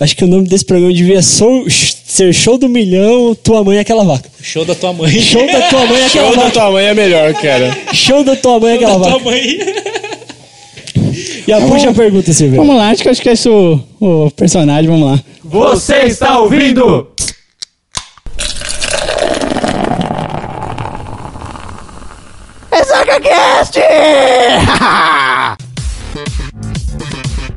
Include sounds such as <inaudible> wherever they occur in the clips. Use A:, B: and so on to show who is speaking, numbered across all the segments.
A: Acho que o nome desse programa devia sou- ser Show do Milhão, Tua Mãe é Aquela Vaca.
B: Show <laughs> da tua mãe.
A: Show da Tua Mãe é Aquela
C: Show da
A: Vaca.
C: tua mãe é melhor, <laughs> cara.
A: Show da Tua Mãe é Aquela
B: da tua
A: Vaca.
B: mãe.
A: E a puxa a pergunta, Silvio.
D: Vamos lá, acho que acho que é esse o, o personagem, vamos lá.
E: Você está ouvindo?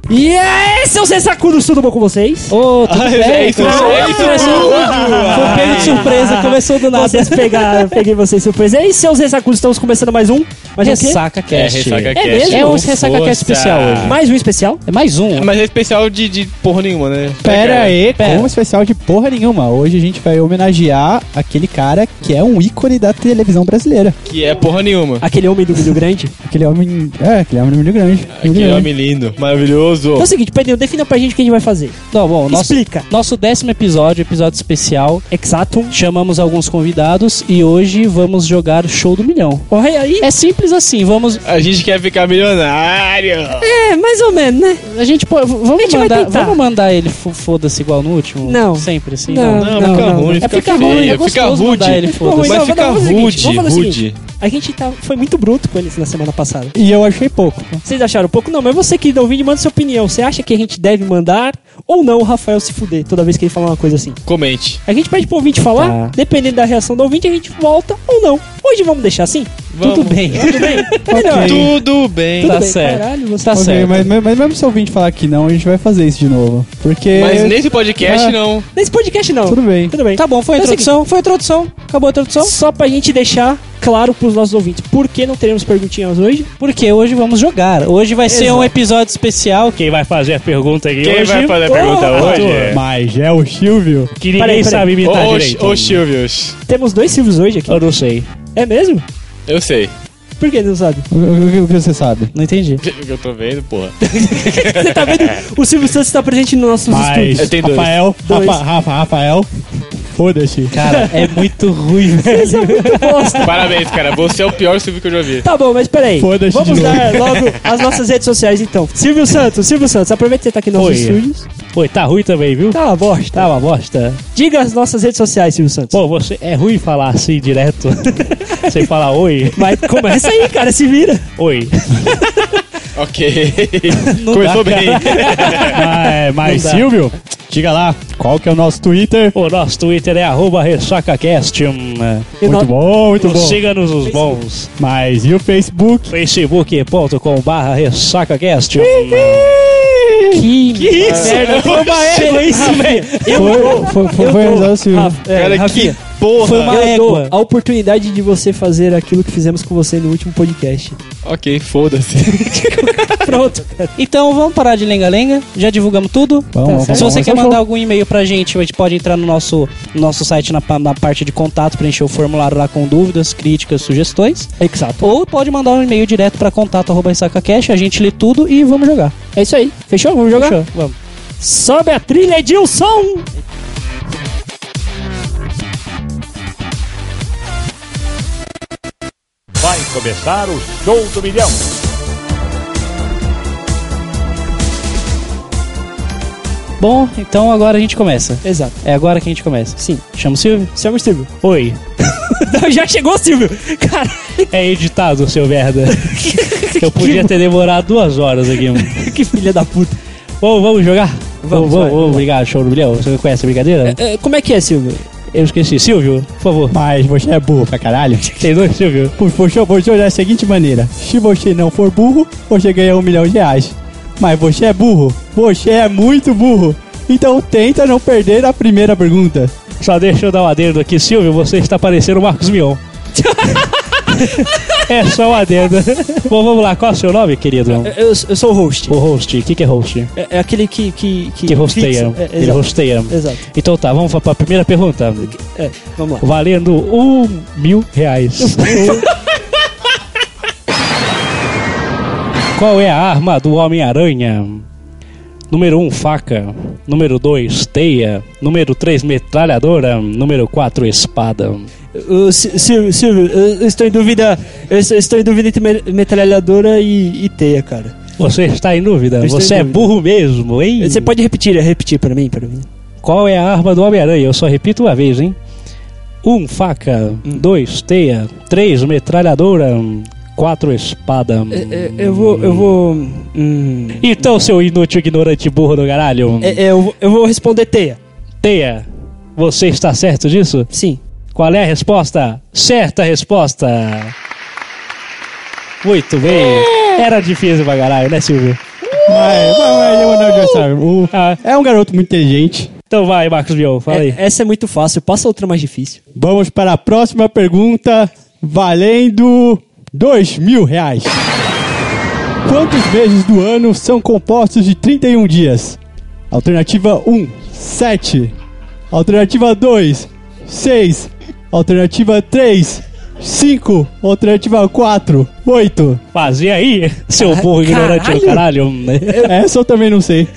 F: E é aí, seus ressacudos, tudo bom com vocês?
A: Ô, tudo
G: É,
A: bem?
C: tudo
G: então,
C: bem?
F: Foi pego de surpresa, começou do nada.
A: Vocês pegaram,
F: Peguei vocês de surpresa. E é aí, seus ressacudos, estamos começando mais um. Mais um quê?
D: Ressaca Cast.
F: É mesmo?
D: É um
C: Força.
D: Ressaca Cast especial hoje.
F: Mais um especial?
D: É mais um.
C: Mas é especial de, de porra nenhuma, né?
D: Pera aí,
F: Pera.
D: como especial de porra nenhuma. Hoje a gente vai homenagear aquele cara que é um ícone da televisão brasileira.
C: Que é porra nenhuma.
F: Aquele homem do milho grande.
D: Aquele homem. É, aquele homem muito grande. Muito
C: Que
D: grande.
C: homem lindo, maravilhoso.
F: Então é o seguinte, Pedrinho, defina pra gente o que a gente vai fazer.
G: Não, bom, nosso,
F: Explica.
G: nosso décimo episódio, episódio especial,
F: Exato.
G: chamamos alguns convidados e hoje vamos jogar Show do Milhão.
F: Corre aí.
G: É simples assim, vamos.
C: A gente quer ficar milionário.
F: É, mais ou menos, né?
G: A gente, pô, v- vamos,
F: A gente vai
G: mandar,
F: tentar.
G: vamos mandar ele fo- foda-se igual no último?
F: Não.
G: Sempre assim?
F: Não.
C: Não,
F: Não,
C: fica
F: não,
C: ruim,
G: É
C: fica,
G: fica
C: feio,
G: ruim, é
C: fica
G: gostoso
C: rude.
G: mandar ele
F: ruim,
G: foda-se.
F: não,
C: Mas
F: vamos
C: fica
F: fazer o seguinte,
C: rude,
F: vamos fazer o
C: rude.
F: A gente tá, foi muito bruto com eles na semana passada.
D: E eu achei pouco.
F: Vocês acharam pouco? Não, mas você que tá ouvindo, manda sua opinião. Você acha que a gente deve mandar ou não o Rafael se fuder toda vez que ele falar uma coisa assim?
C: Comente.
F: A gente pede pro ouvinte falar,
D: Tá.
F: dependendo da reação do ouvinte, a gente volta ou não. Hoje vamos deixar assim?
G: Tudo <laughs> bem.
F: Tudo bem? Melhor.
C: Tudo bem.
F: Tudo
G: Tá
F: bem.
G: certo.
F: Caralho, você
G: Tá
D: Ok,
G: certo.
D: Mas, mas- mas mesmo se eu ouvinte falar que não, a gente vai fazer isso de novo. Porque.
C: Mas nesse podcast
D: Ah.
C: não.
F: Nesse podcast não.
D: Tudo bem.
F: Tudo bem.
G: Tá bom, foi a
F: Então é o
G: introdução, foi a introdução. Acabou a introdução.
F: Só pra gente deixar claro pros nossos ouvintes por que não teremos perguntinhas hoje.
G: Porque hoje vamos jogar. Hoje vai ser
F: Exato.
G: um episódio especial. Quem vai fazer a pergunta aqui
H: Quem vai fazer a pergunta
F: Porra,
H: hoje?
D: Mas é o Silvio.
H: Que ninguém
F: Peraí, peraí.
H: sabe
C: Ô,
H: imitar
C: ô,
H: direito.
C: ô, Silvius.
F: Temos dois Silvios hoje aqui.
G: Eu não sei.
F: É mesmo?
C: Eu sei. <laughs>
F: Por que não sabe?
D: O, o- o que você sabe?
G: Não entendi.
C: O que eu tô vendo, porra.
F: Você tá vendo? O Silvio Santos tá presente nos nossos
D: Mas.
C: <laughs>
F: estúdios.
C: Eu tenho dois.
D: Rafael.
F: Dois.
D: Rafa, Rafa, Rafael. Foda-se.
G: Cara, é muito ruim.
F: Isso é muito bosta.
C: Parabéns, cara. Você é o pior Silvio que eu já vi.
F: Tá bom, mas peraí.
D: Foda-se de
F: Vamos
D: novo.
F: dar logo as nossas redes sociais então. Silvio Santos, Silvio Santos, aproveita que você tá aqui nos nossos
H: Oi.
F: estúdios.
H: Oi, tá ruim também, viu?
F: Tá uma bosta.
H: Tá uma bosta.
F: Diga as nossas redes sociais, Silvio Santos.
H: Pô, você é ruim falar assim direto. <laughs> Sem falar oi.
F: Mas começa aí, cara, se vira.
H: Oi. <laughs>
C: Ok. Começou bem.
D: mas mas
H: Não dá.
D: É Silvio, diga lá, qual que é o nosso Twitter?
H: O nosso Twitter é arroba ressacacast.
F: E
D: Muito
F: no-
D: bom, muito bom.
H: Siga-nos os bons.
D: Mas e o Facebook?
H: facebook.com barra ressacacast. Ah,
G: Que,
F: Merda,
H: <laughs>
F: foi uma égua isso, velho.
D: Foi, foi, foi, foi realizado o Silvio.
F: Rafa, é,
C: Cara,
F: Rafinha,
C: <laughs>
H: Assim,
C: que porra.
G: Foi uma
F: eu dou
G: égua.
F: a oportunidade de você fazer aquilo que fizemos com você no último podcast.
H: um
C: Ok, foda-se.
H: <laughs>
F: Pronto, cara.
G: Então vamos parar de lenga-lenga, já divulgamos tudo.
F: Tá
D: Vamos, vamos,
G: Se
D: vamos,
G: você
D: vamos,
G: quer
D: vamos.
G: mandar algum e-mail pra gente, a gente pode entrar no nosso, no nosso site na, pa- na parte de contato, preencher o formulário lá com dúvidas, críticas, sugestões.
F: Exato.
G: Ou pode mandar um e-mail direto pra contato arroba contato.ressacacast, a gente lê tudo e vamos jogar.
F: É isso aí. Fechou? Vamos jogar?
G: Fechou, vamos.
F: Sobe a trilha, Edilson!
H: Vai começar o show do milhão.
G: Bom, então agora a gente começa.
F: Exato.
G: É agora que a gente começa.
F: Sim.
G: Chama o Silvio.
F: Chama o Silvio.
H: Oi.
F: Não, Já chegou, Silvio. Cara, <laughs>
H: É editado,
G: <laughs>
H: seu merda. Eu podia ter demorado duas horas aqui. mano.
F: que filha da puta.
H: Bom, vamos jogar?
F: Vamos, vai,
H: vamos,
F: vamos.
H: Obrigado, show do milhão. Você conhece a brincadeira?
F: É, como é que é, Silvio?
H: Eu esqueci. Silvio, por favor.
D: Mas você é burro pra caralho.
H: Tem dois, Silvio?
D: Por você, você da seguinte maneira: se você não for burro, você ganha um milhão de reais. Mas você é burro, você é muito burro. Então tenta não perder a primeira pergunta.
H: Só deixa eu dar um adendo aqui, Silvio, você está parecendo o Marcos Mion. é só um adendo. Bom, vamos lá, qual é o seu nome, querido?
F: Eu, eu sou o host.
H: O host, o que, que é host?
F: É, é aquele que. Que,
H: Que hosteia.
F: fixa. É,
H: Ele
F: exato.
H: hosteia.
F: Exato.
H: Então tá, vamos para a primeira pergunta.
F: É, vamos lá.
H: Valendo um mil
G: <laughs>
H: reais. Qual é a arma do Homem-Aranha? Número 1, um, faca. Número 2, teia. Número 3, metralhadora. Número 4, espada.
F: Ô, Si- Silvio, Silvio, eu eu estou em dúvida. Eu estou- eu estou em dúvida entre me- metralhadora e, e teia, cara.
H: Você está em dúvida?
G: Eu estou em
H: Você é
G: dúvida.
H: burro mesmo, hein?
G: Você pode repetir, é, repetir pra mim, pra mim.
H: Qual é a arma do Homem-Aranha? Eu só repito uma vez, hein? Um, faca.
G: Hum.
H: Dois, teia. Três, metralhadora. Quatro, espada.
G: É, Eu vou. Eu vou. hum,
H: Então, seu inútil ignorante burro do caralho.
G: é- é, eu, vou- eu vou responder teia.
H: Teia, você está certo disso?
G: Sim.
H: Qual é a resposta? Certa resposta! Muito bem.
G: É.
H: Era difícil pra caralho, né, Silvio?
D: Mas, mas, mas Leonardo já sabe. O-
H: Ah,
D: é um garoto muito inteligente.
H: então vai, Marcos Bion, fala aí.
G: É- essa é muito fácil, passa outra mais difícil.
D: Vamos para a próxima pergunta, valendo dois mil reais. Quantos meses do ano são compostos de 31 dias? Alternativa 1, 7. Alternativa 2, 6. Alternativa 3, 5. Alternativa 4, 8.
H: Fazia aí, seu burro ignorante do caralho.
D: É, Essa eu também não sei.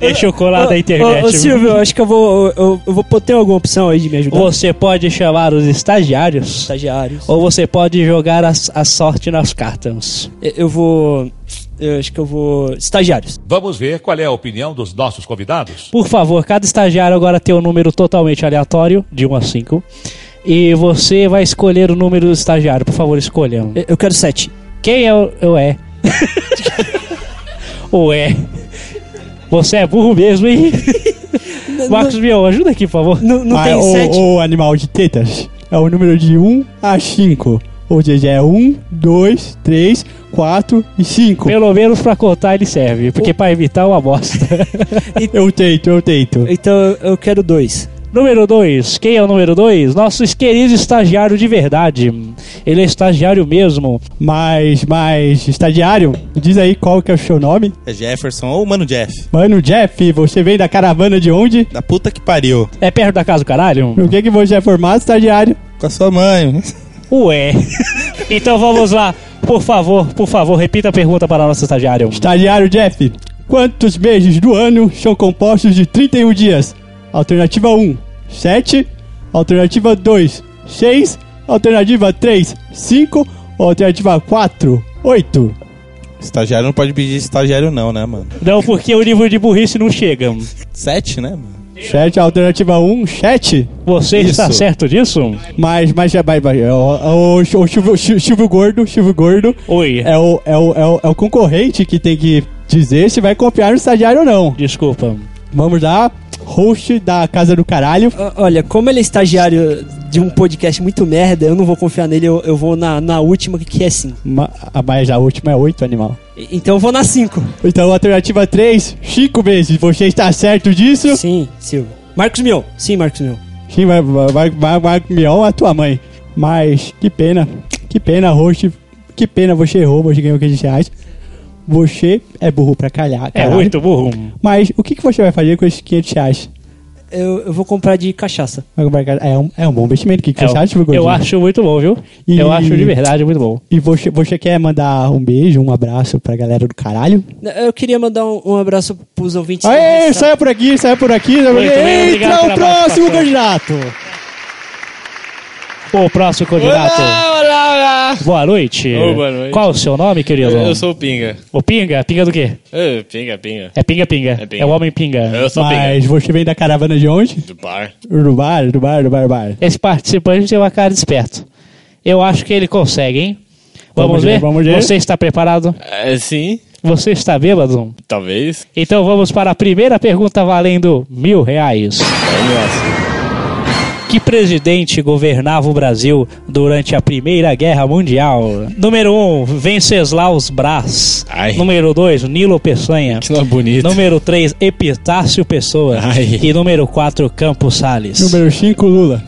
H: Deixa eu colar da internet.
G: É. Ô, ô,
H: viu?
G: Silvio, eu acho que eu vou. Eu, eu vou pô- ter alguma opção aí de me ajudar?
H: Você pode chamar os estagiários
G: Estagiários.
H: ou você pode jogar a, a sorte nas cartas.
G: Eu- É, Eu vou. Eu acho que eu vou. Estagiários.
B: Vamos ver qual é a opinião dos nossos convidados.
H: Por favor, cada estagiário agora tem um número totalmente aleatório, de 1 a 5. E você vai escolher o número do estagiário, por favor, escolha. um.
G: Eu, eu quero sete.
H: Quem é o. Eu <laughs> é. Ou é. Você é burro mesmo, hein? Marcos Mion, ajuda aqui, por favor.
G: Não, não
D: Mas
G: tem
D: o,
G: sete.
D: o animal de tetas é o número de 1 a 5. Ou seja, é 1, 2, 3, 4 e 5.
H: Pelo menos pra cortar ele serve, porque pra evitar é uma bosta. <laughs>
D: Eu tento, eu tento.
G: Então eu eu quero dois.
H: número 2. Quem é o número 2? Nosso querido estagiário de verdade. Ele é estagiário mesmo.
D: Mas, mas, estagiário, diz aí qual que é o seu nome.
I: É Jefferson ou Mano Jeff.
D: Mano Jeff, você veio da caravana de onde?
I: Da puta que pariu.
H: É perto da casa do caralho?
D: No que que você é formado, estagiário?
I: Com a sua mãe.
H: Ué. então vamos lá. Por favor, por favor, repita a pergunta para nosso estagiário.
D: Estagiário Jeff, quantos meses do ano são compostos de 31 dias? Alternativa 1, 7. Alternativa 2, 6. Alternativa 3, 5. Alternativa 4, 8.
I: Estagiário não pode pedir estagiário não, né, mano?
H: Não, porque o nível de burrice não chega.
I: Sete, né, mano?
D: 7, alternativa 1, 7.
H: Você está
I: Isso.
H: certo disso?
D: Mas, mas, é- mas, mas, é o, o, o, Silvio- Silvio Gordo, Silvio Gordo,
H: Oi.
D: É o, é, o, é, o, é o concorrente que tem que dizer se vai confiar no estagiário ou não.
H: Desculpa.
D: Vamos lá, host da Casa do Caralho.
G: O- Olha, como ele é estagiário de um podcast muito merda, eu não vou confiar nele, eu, eu vou na, na última que é cinco.
D: Ma- ah, Mas a última é oito, animal.
G: E- Então eu vou na cinco.
D: Então, alternativa 3, cinco meses. Você está certo disso?
G: Sim, Silvio. Marcos Mion. Sim, Marcos Mion.
D: Sim, vai, vai, vai, vai, vai Mion a tua mãe. Mas, que pena. Que pena, host. Que pena, você errou, você ganhou 15 reais. Você é burro pra calhar.
H: É
D: caralho.
H: muito burro.
D: Mas, o que, que você vai fazer com esses 500 reais?
G: Eu, eu vou comprar de cachaça.
D: Vai comprar casa- É um, é um bom investimento. O que, que
H: É,
D: você acha, Vigor?
H: eu acho muito bom, viu?
D: E-
H: Eu acho de verdade muito bom.
D: E você, você quer mandar um beijo, um abraço pra galera do caralho?
G: Eu queria mandar um, um abraço pros ouvintes. da
D: Aê,
G: nossa-
D: sai por aqui, sai por aqui, sai por aqui.
H: Muito bem, obrigado
D: Entra o
H: pela
D: próximo
H: participação.
D: candidato.
H: O próximo candidato. Boa noite.
C: Ô, boa noite.
H: Qual o seu nome, querido?
C: Eu, eu sou o Pinga.
H: O Pinga? Pinga do quê?
C: Ô, pinga, Pinga.
H: É Pinga Pinga.
C: É
H: É,
C: Pinga.
H: o Homem Pinga.
C: Eu sou Pinga.
D: Mas você vem da caravana de onde?
C: Do bar.
D: Do bar, do bar, do bar, bar.
H: Esse participante tem uma cara de esperto. Eu acho que ele consegue, hein? Vamos,
D: Vamos
H: ver?
D: ver, vamos ver.
H: Você está preparado?
C: É, sim,
H: Você está bêbado?
C: talvez.
H: Então vamos para a primeira pergunta valendo mil reais.
C: Nossa.
H: Que presidente governava o Brasil durante a Primeira Guerra Mundial? Número 1, um, Venceslaus Brás.
C: Ai.
H: Número 2, Nilo Peçanha.
C: Que nome bonito.
H: Número 3, Epitácio Pessoa.
C: Ai.
H: E número 4, Campos Salles.
D: Número 5, Lula.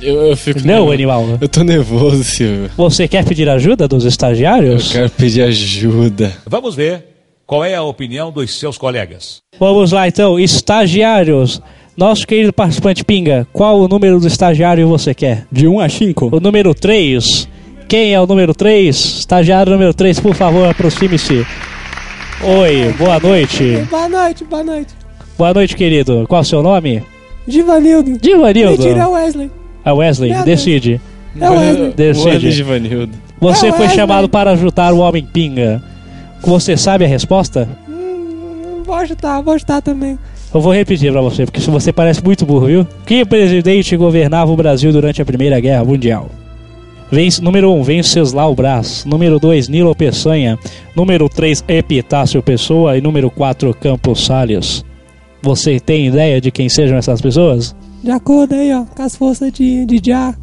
C: Eu, eu fico.
H: Não,
C: nervoso.
H: é animal.
C: Eu tô nervoso, Silvio.
H: Você quer pedir ajuda dos
C: Eu
H: estagiários?
C: quero pedir ajuda.
B: Vamos ver qual é a opinião dos seus colegas.
H: Vamos lá então, estagiários. Nosso querido participante Pinga, qual o número do estagiário você quer?
D: De 1 a 5.
H: O número 3. Quem é o número 3? Estagiário número 3, por favor, aproxime-se. Oi, boa noite.
E: Boa noite, boa noite.
H: Boa noite, querido. Qual o seu nome?
E: Givanildo.
H: Divanildo.
F: é
E: Mentira, é Wesley.
H: A Wesley,
E: Merda.
H: decide.
E: É Wesley.
H: Decide.
C: Givanildo.
H: Você
E: Não,
H: foi
E: é,
H: chamado
E: não.
H: para ajudar o Homem Pinga. Você sabe a resposta?
E: Hum, vou
F: tá,
E: ajudar, vou ajudar também.
H: Eu vou repetir pra você, porque você parece muito burro, viu? Que presidente governava o Brasil durante a Primeira Guerra Mundial? Vence, número 1, um, Venceslau Brás. Número 2, Nilo Peçanha. Número 3, Epitácio Pessoa. E número 4, Campos Salles. Você tem ideia de quem sejam essas pessoas?
E: De acordo aí, ó, com as forças de, de Já.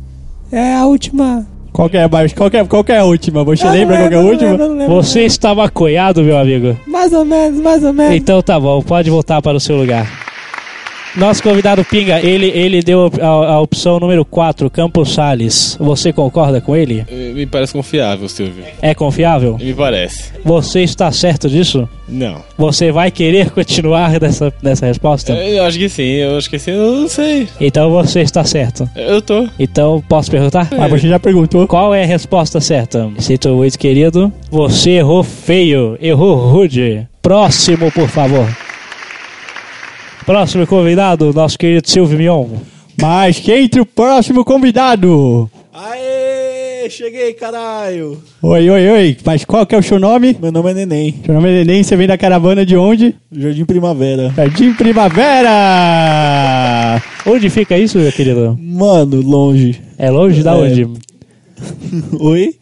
E: É a última.
D: Qual que é, Barros? Qual que é, qual que é a última? Você lembra qual que é a
E: Eu não
D: última?
E: lembro, eu não lembro.
H: Você está maconhado, meu amigo.
E: Mais ou menos, mais ou menos.
H: Então tá bom, pode voltar para o seu lugar. Nosso convidado Pinga, ele, ele deu a, a opção número 4, Campos Salles. Você concorda com ele?
C: Eh, Me parece confiável, Silvio.
H: É confiável?
C: Me parece.
H: Você está certo disso?
C: Não.
H: Você vai querer continuar <laughs> nessa, nessa
E: É.
H: resposta?
C: Eh, Eu acho que sim, eu acho que sim, eu não sei.
H: Então você está certo.
C: Eu tô.
H: Então posso perguntar?
E: É.
D: Mas Ah, você já perguntou.
H: Qual é a resposta certa? Cito o querido. Você errou feio, errou rude. Próximo, por favor. Próximo convidado, nosso querido Silvio Mion.
D: Mas quem entre o próximo convidado?
E: Aê, cheguei, caralho.
D: Oi, oi, oi. Mas qual que é o seu nome?
E: Meu nome é Neném,
D: Seu nome é Neném, você vem da caravana de onde?
E: Jardim Primavera.
D: Jardim Primavera!
H: Onde fica isso, meu querido?
E: Mano, longe.
H: É longe da
E: É.
H: onde?
E: Oi?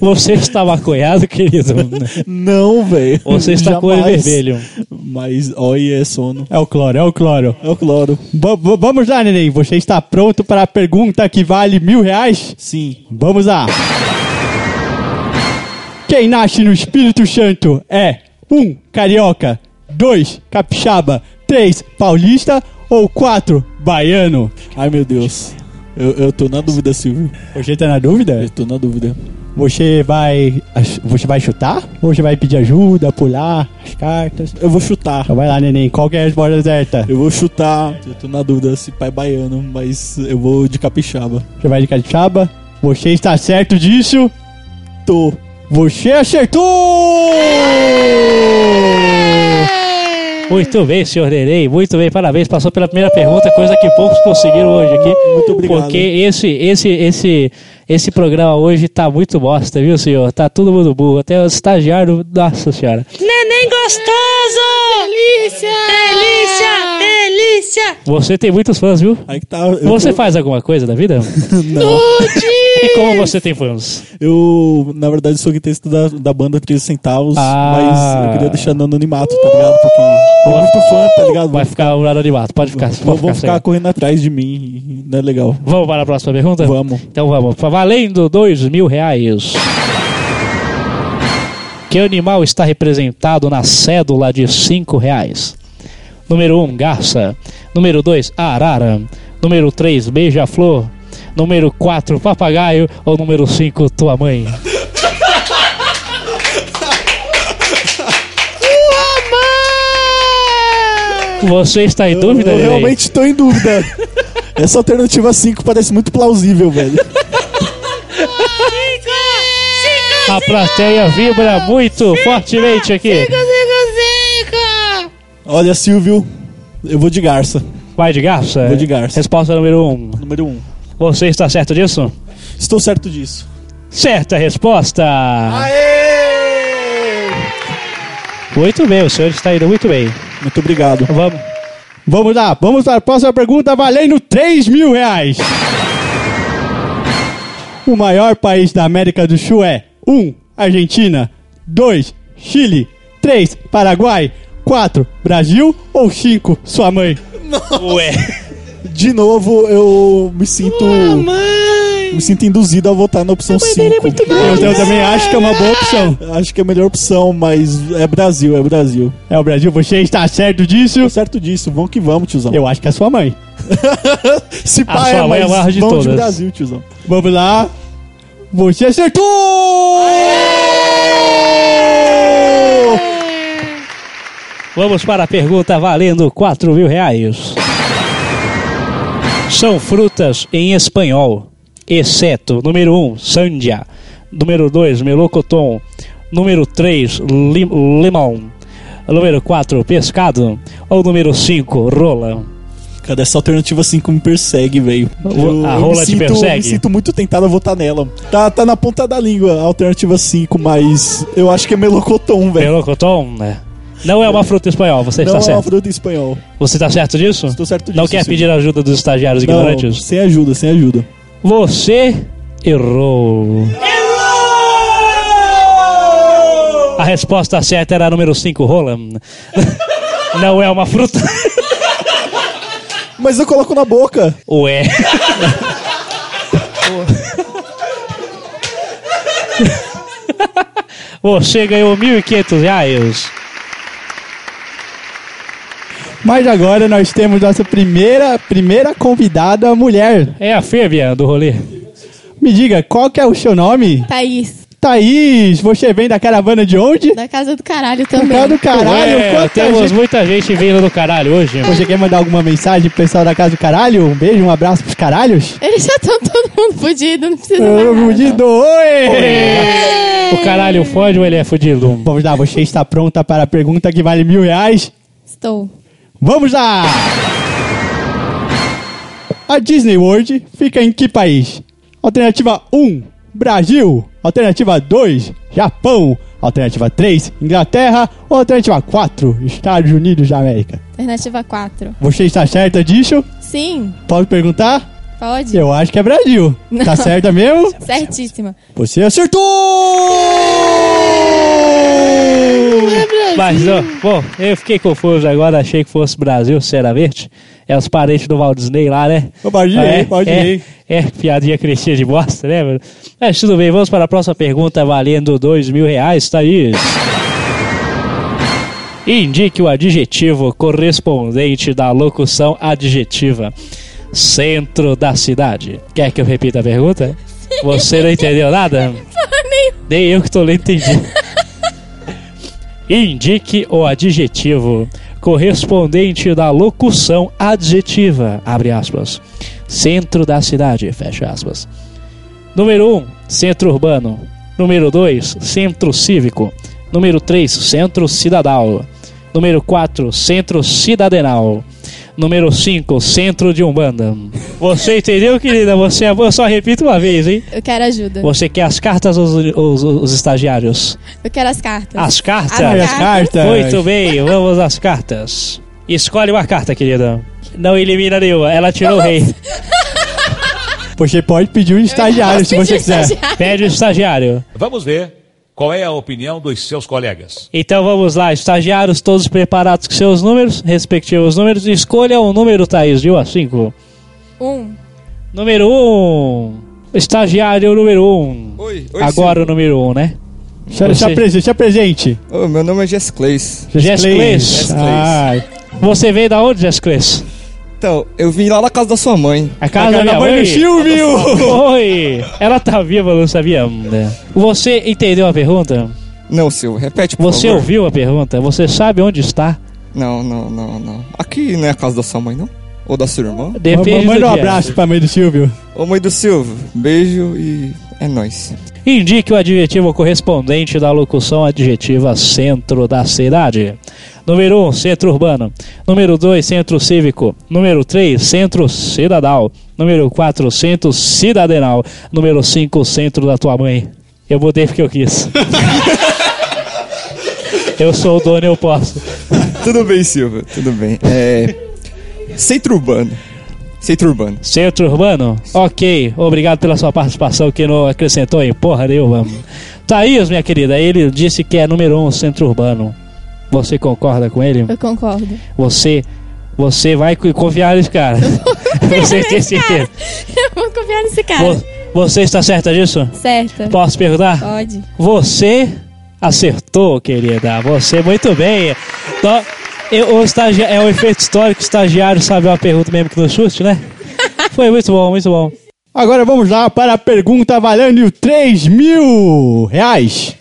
H: Você está
E: <laughs>
H: maconhado, querido?
E: Não, velho.
H: Você está com o olho
E: Jamais.
H: vermelho.
E: Mas, olha, é sono.
D: É o cloro, é o cloro.
E: É o cloro.
D: Va- va- vamos lá, Neném. Você está pronto para a pergunta que vale mil reais?
E: Sim.
D: Vamos lá! Quem nasce no Espírito Santo é 1. Um, carioca 2. Capixaba 3. Paulista ou 4. Baiano?
E: Ai, meu Deus. Eu, eu tô na dúvida, Silvio.
D: Você tá na dúvida?
E: Eu tô na dúvida.
D: Você vai. ach- Você vai chutar? Ou você vai pedir ajuda, pular as cartas?
E: Eu vou chutar.
D: Então vai lá, neném. Qual que é a resposta certa?
E: Eu vou chutar. Eu tô na dúvida se pai é baiano, mas eu vou de capixaba.
D: Você vai de capixaba? Você está certo disso?
E: Tô.
D: Você acertou!
E: É!
H: Muito bem, senhor Nerei. Muito bem, parabéns. Passou pela primeira pergunta, coisa que poucos conseguiram hoje aqui.
E: Muito obrigado.
H: Porque esse, esse, esse, esse programa hoje tá muito bosta, viu, senhor? Tá todo mundo burro. Até o estagiário. Nossa senhora.
F: Neném gostoso! Delícia! Delícia! Delícia!
H: Você tem muitos fãs, viu?
E: Aí que tá. Eu,
H: Você faz alguma coisa da vida?
E: <laughs> Não.
H: E como você tem fãs?
E: Eu, na verdade, sou guitarrista da, da banda 13 Centavos,
H: Ah.
E: mas eu queria deixar no anonimato, tá ligado? Porque eu sou muito fã, tá ligado?
H: Vai ficar o anonimato, pode ficar.
E: Vão,
H: Pode
E: vão
H: ficar
E: ficar
H: cego.
E: correndo atrás de mim, não é legal.
H: Vamos para a próxima pergunta?
E: Vamos.
H: Então vamos. Valendo dois mil reais. Que animal está representado na cédula de cinco reais? Número 1, um, garça. Número 2, arara. Número 3, beija-flor. Número 4, papagaio. Ou número 5,
E: <laughs>
H: tua mãe. Você está em dúvida,
E: eu
H: Neném?
E: realmente tô em dúvida. Essa alternativa 5 parece muito plausível, velho.
F: Cinco! Cinco!
H: A plateia vibra muito fortemente aqui.
F: Cinco,
E: Olha, Silvio, eu vou de garça.
H: Vai de garça?
E: Vou de garça.
H: Resposta número 1. Um.
E: Número 1. Um.
H: Você está certo disso?
E: Estou certo disso.
H: Certa resposta! Muito bem, o senhor está indo muito bem.
E: Muito obrigado.
H: Vamos.
D: Vamos lá, vamos para a próxima pergunta valendo 3 mil reais. O maior país da América do Sul é 1. Um, Argentina 2. Chile 3. Paraguai 4. Brasil ou 5. Sua mãe?
H: Ué,
E: De novo, eu me sinto. Me sinto induzido a votar na opção 5.
D: é Eu, eu também acho que é uma boa opção.
E: Acho que é a melhor opção, mas é Brasil, é Brasil.
D: É o Brasil, você está certo disso?
E: Tô certo disso, vamos que vamos, tiozão.
D: Eu acho que é sua mãe.
E: Se
H: A sua mãe é a maior de
E: vamos de
H: todas.
E: Brasil, tiozão.
D: Vamos lá. Você acertou!
H: vamos para a pergunta valendo 4 mil reais. São frutas em espanhol, exceto número 1, um, sandia, número 2, melocoton, número 3, limão, número 4, pescado ou número 5, rola.
E: Cara, essa alternativa 5 me persegue, velho. Eu-
H: A
E: eu me
H: rola te
E: sinto-
H: persegue?
E: Me sinto muito tentado a votar nela. Tá, tá na ponta da língua a alternativa 5, mas eu acho que é melocotom, velho.
H: Melocotom, né? Não é uma fruta espanhola, você
E: Não é
H: está
E: uma
H: tá certo.
E: fruta em espanhol.
H: Você está certo disso?
E: Estou certo disso.
H: Não quer
E: sim.
H: pedir ajuda dos estagiários
E: Não,
H: ignorantes?
E: sem ajuda, sem ajuda.
H: Você errou. A resposta certa era a número 5, rola. <laughs> Não é uma fruta? <laughs>
E: Mas eu coloco na boca.
H: Ué. <laughs> Você ganhou 1.500 reais.
D: Mas agora nós temos nossa primeira, primeira convidada mulher.
H: É a fêmea do rolê.
D: Me diga, qual que é o seu nome?
J: Thaís,
D: Thaís, você vem da caravana de onde?
J: da casa do caralho também.
F: <laughs>
D: Cara do caralho,
H: Ué,
D: quanta
H: É, temos
D: gente...
H: muita gente vindo do caralho hoje.
D: Você quer mandar alguma mensagem pro pessoal da casa do caralho? Um beijo, um abraço pros caralhos?
J: Eles já estão todo mundo fudido, não precisa mais
D: Ô,
J: nada.
D: Fudido, oi!
H: O caralho fode ou ele é fudido?
D: Vamos lá, você está pronta para a pergunta que vale mil reais?
J: Estou.
D: Vamos lá! A Disney World fica em que país? Alternativa 1, Brasil. Alternativa 2, Japão. Alternativa 3, Inglaterra. Ou alternativa 4, Estados Unidos da América.
J: Alternativa 4.
D: Você está certa disso?
J: Sim,
D: Pode perguntar?
J: pode.
D: Eu acho que é Brasil.
J: Não.
D: Tá certa mesmo?
J: Certíssima. <laughs>
D: Você acertou!
H: Mas, ó, bom, eu fiquei confuso agora, achei que fosse Brasil, sinceramente. É os parentes do Walt Disney lá, né?
D: Ô, pode ir,
H: é,
D: pode
H: é,
D: ir.
H: É, piadinha crescida de bosta, né, mano? Mas tudo bem, vamos para a próxima pergunta valendo dois mil reais, tá Thaís. Indique o adjetivo correspondente da locução adjetiva. Centro da cidade. Quer que eu repita a pergunta? Você não entendeu nada? Nem eu que tô lendo entendi. Indique o adjetivo correspondente da locução adjetiva, abre aspas. Centro da cidade, fecha aspas. Número 1, um, centro urbano. Número 2, centro cívico. Número 3, centro cidadal. Número 4, centro cidadenal. Número 5, centro de Umbanda. Você entendeu, querida? Você é boa, só repita uma vez, hein?
J: Eu quero ajuda.
H: Você quer as cartas ou os- os- os estagiários?
J: Eu quero as cartas.
H: As cartas?
J: As
D: As cartas.
H: Muito bem, vamos às cartas. Escolhe uma carta, querida. Não elimina nenhuma, ela tirou o rei.
D: Você pode pedir um estagiário se você quiser.
H: Pede o estagiário.
B: Vamos ver qual é a opinião dos seus colegas.
H: Então vamos lá, estagiários todos preparados com seus números, respectivos números. Escolha um número, Thaís, de 1 a 5.
J: Um.
H: Número 1. Um. Estagiário número 1. Um.
K: Oi, oi.
H: Agora o número 1, um, né?
D: Se, se, apresen- se apresente.
K: Ô, meu nome é Jess Clays.
H: Jess Clays.
K: Jess Clays.
H: Você veio da onde, Jess Clays?
K: Então, eu vim lá na casa da sua mãe.
H: A casa da minha mãe. Oi! Ela tá viva, eu não sabia. né? Você entendeu a pergunta?
K: Não, seu, repete, por
H: Você
K: favor.
H: ouviu a pergunta? Você sabe onde está?
K: Não, não, não, não. Aqui não é a casa da sua mãe, não? Ou da sua irmã?
H: Depende
D: Manda
H: do é.
D: um
H: dia.
D: abraço pra mãe do Silvio.
K: Ô, mãe do Silvio, beijo e é nóis.
H: Indique o adjetivo correspondente da locução adjetiva centro da cidade. Número 1, um, centro urbano. Número 2, centro cívico. Número 3, centro cidadal. Número 4, centro cidadenal. Número 5, centro da tua mãe. Eu mudei porque eu quis. <laughs> eu sou o dono, eu posso.
K: Tudo bem, Silvio, tudo bem. É... Centro Urbano. Centro Urbano.
H: Centro Urbano? Ok, obrigado pela sua participação que não acrescentou em porra nenhuma. Thaís, minha querida, ele disse que é número um Centro Urbano. Você concorda com ele?
J: Eu concordo. <laughs>
H: Você você vai co- confiar nesse cara. <laughs> você tem certeza.
J: Eu vou confiar nesse cara.
H: Vo- Você está certa disso?
J: Certa.
H: Posso perguntar?
J: Pode.
H: Você acertou, querida. Você muito bem. Então, eu- o estagi- é um efeito histórico, o estagiário sabe uma pergunta mesmo que não chute, né? Foi muito bom, muito bom.
D: Agora vamos lá para a pergunta valendo 3 mil reais.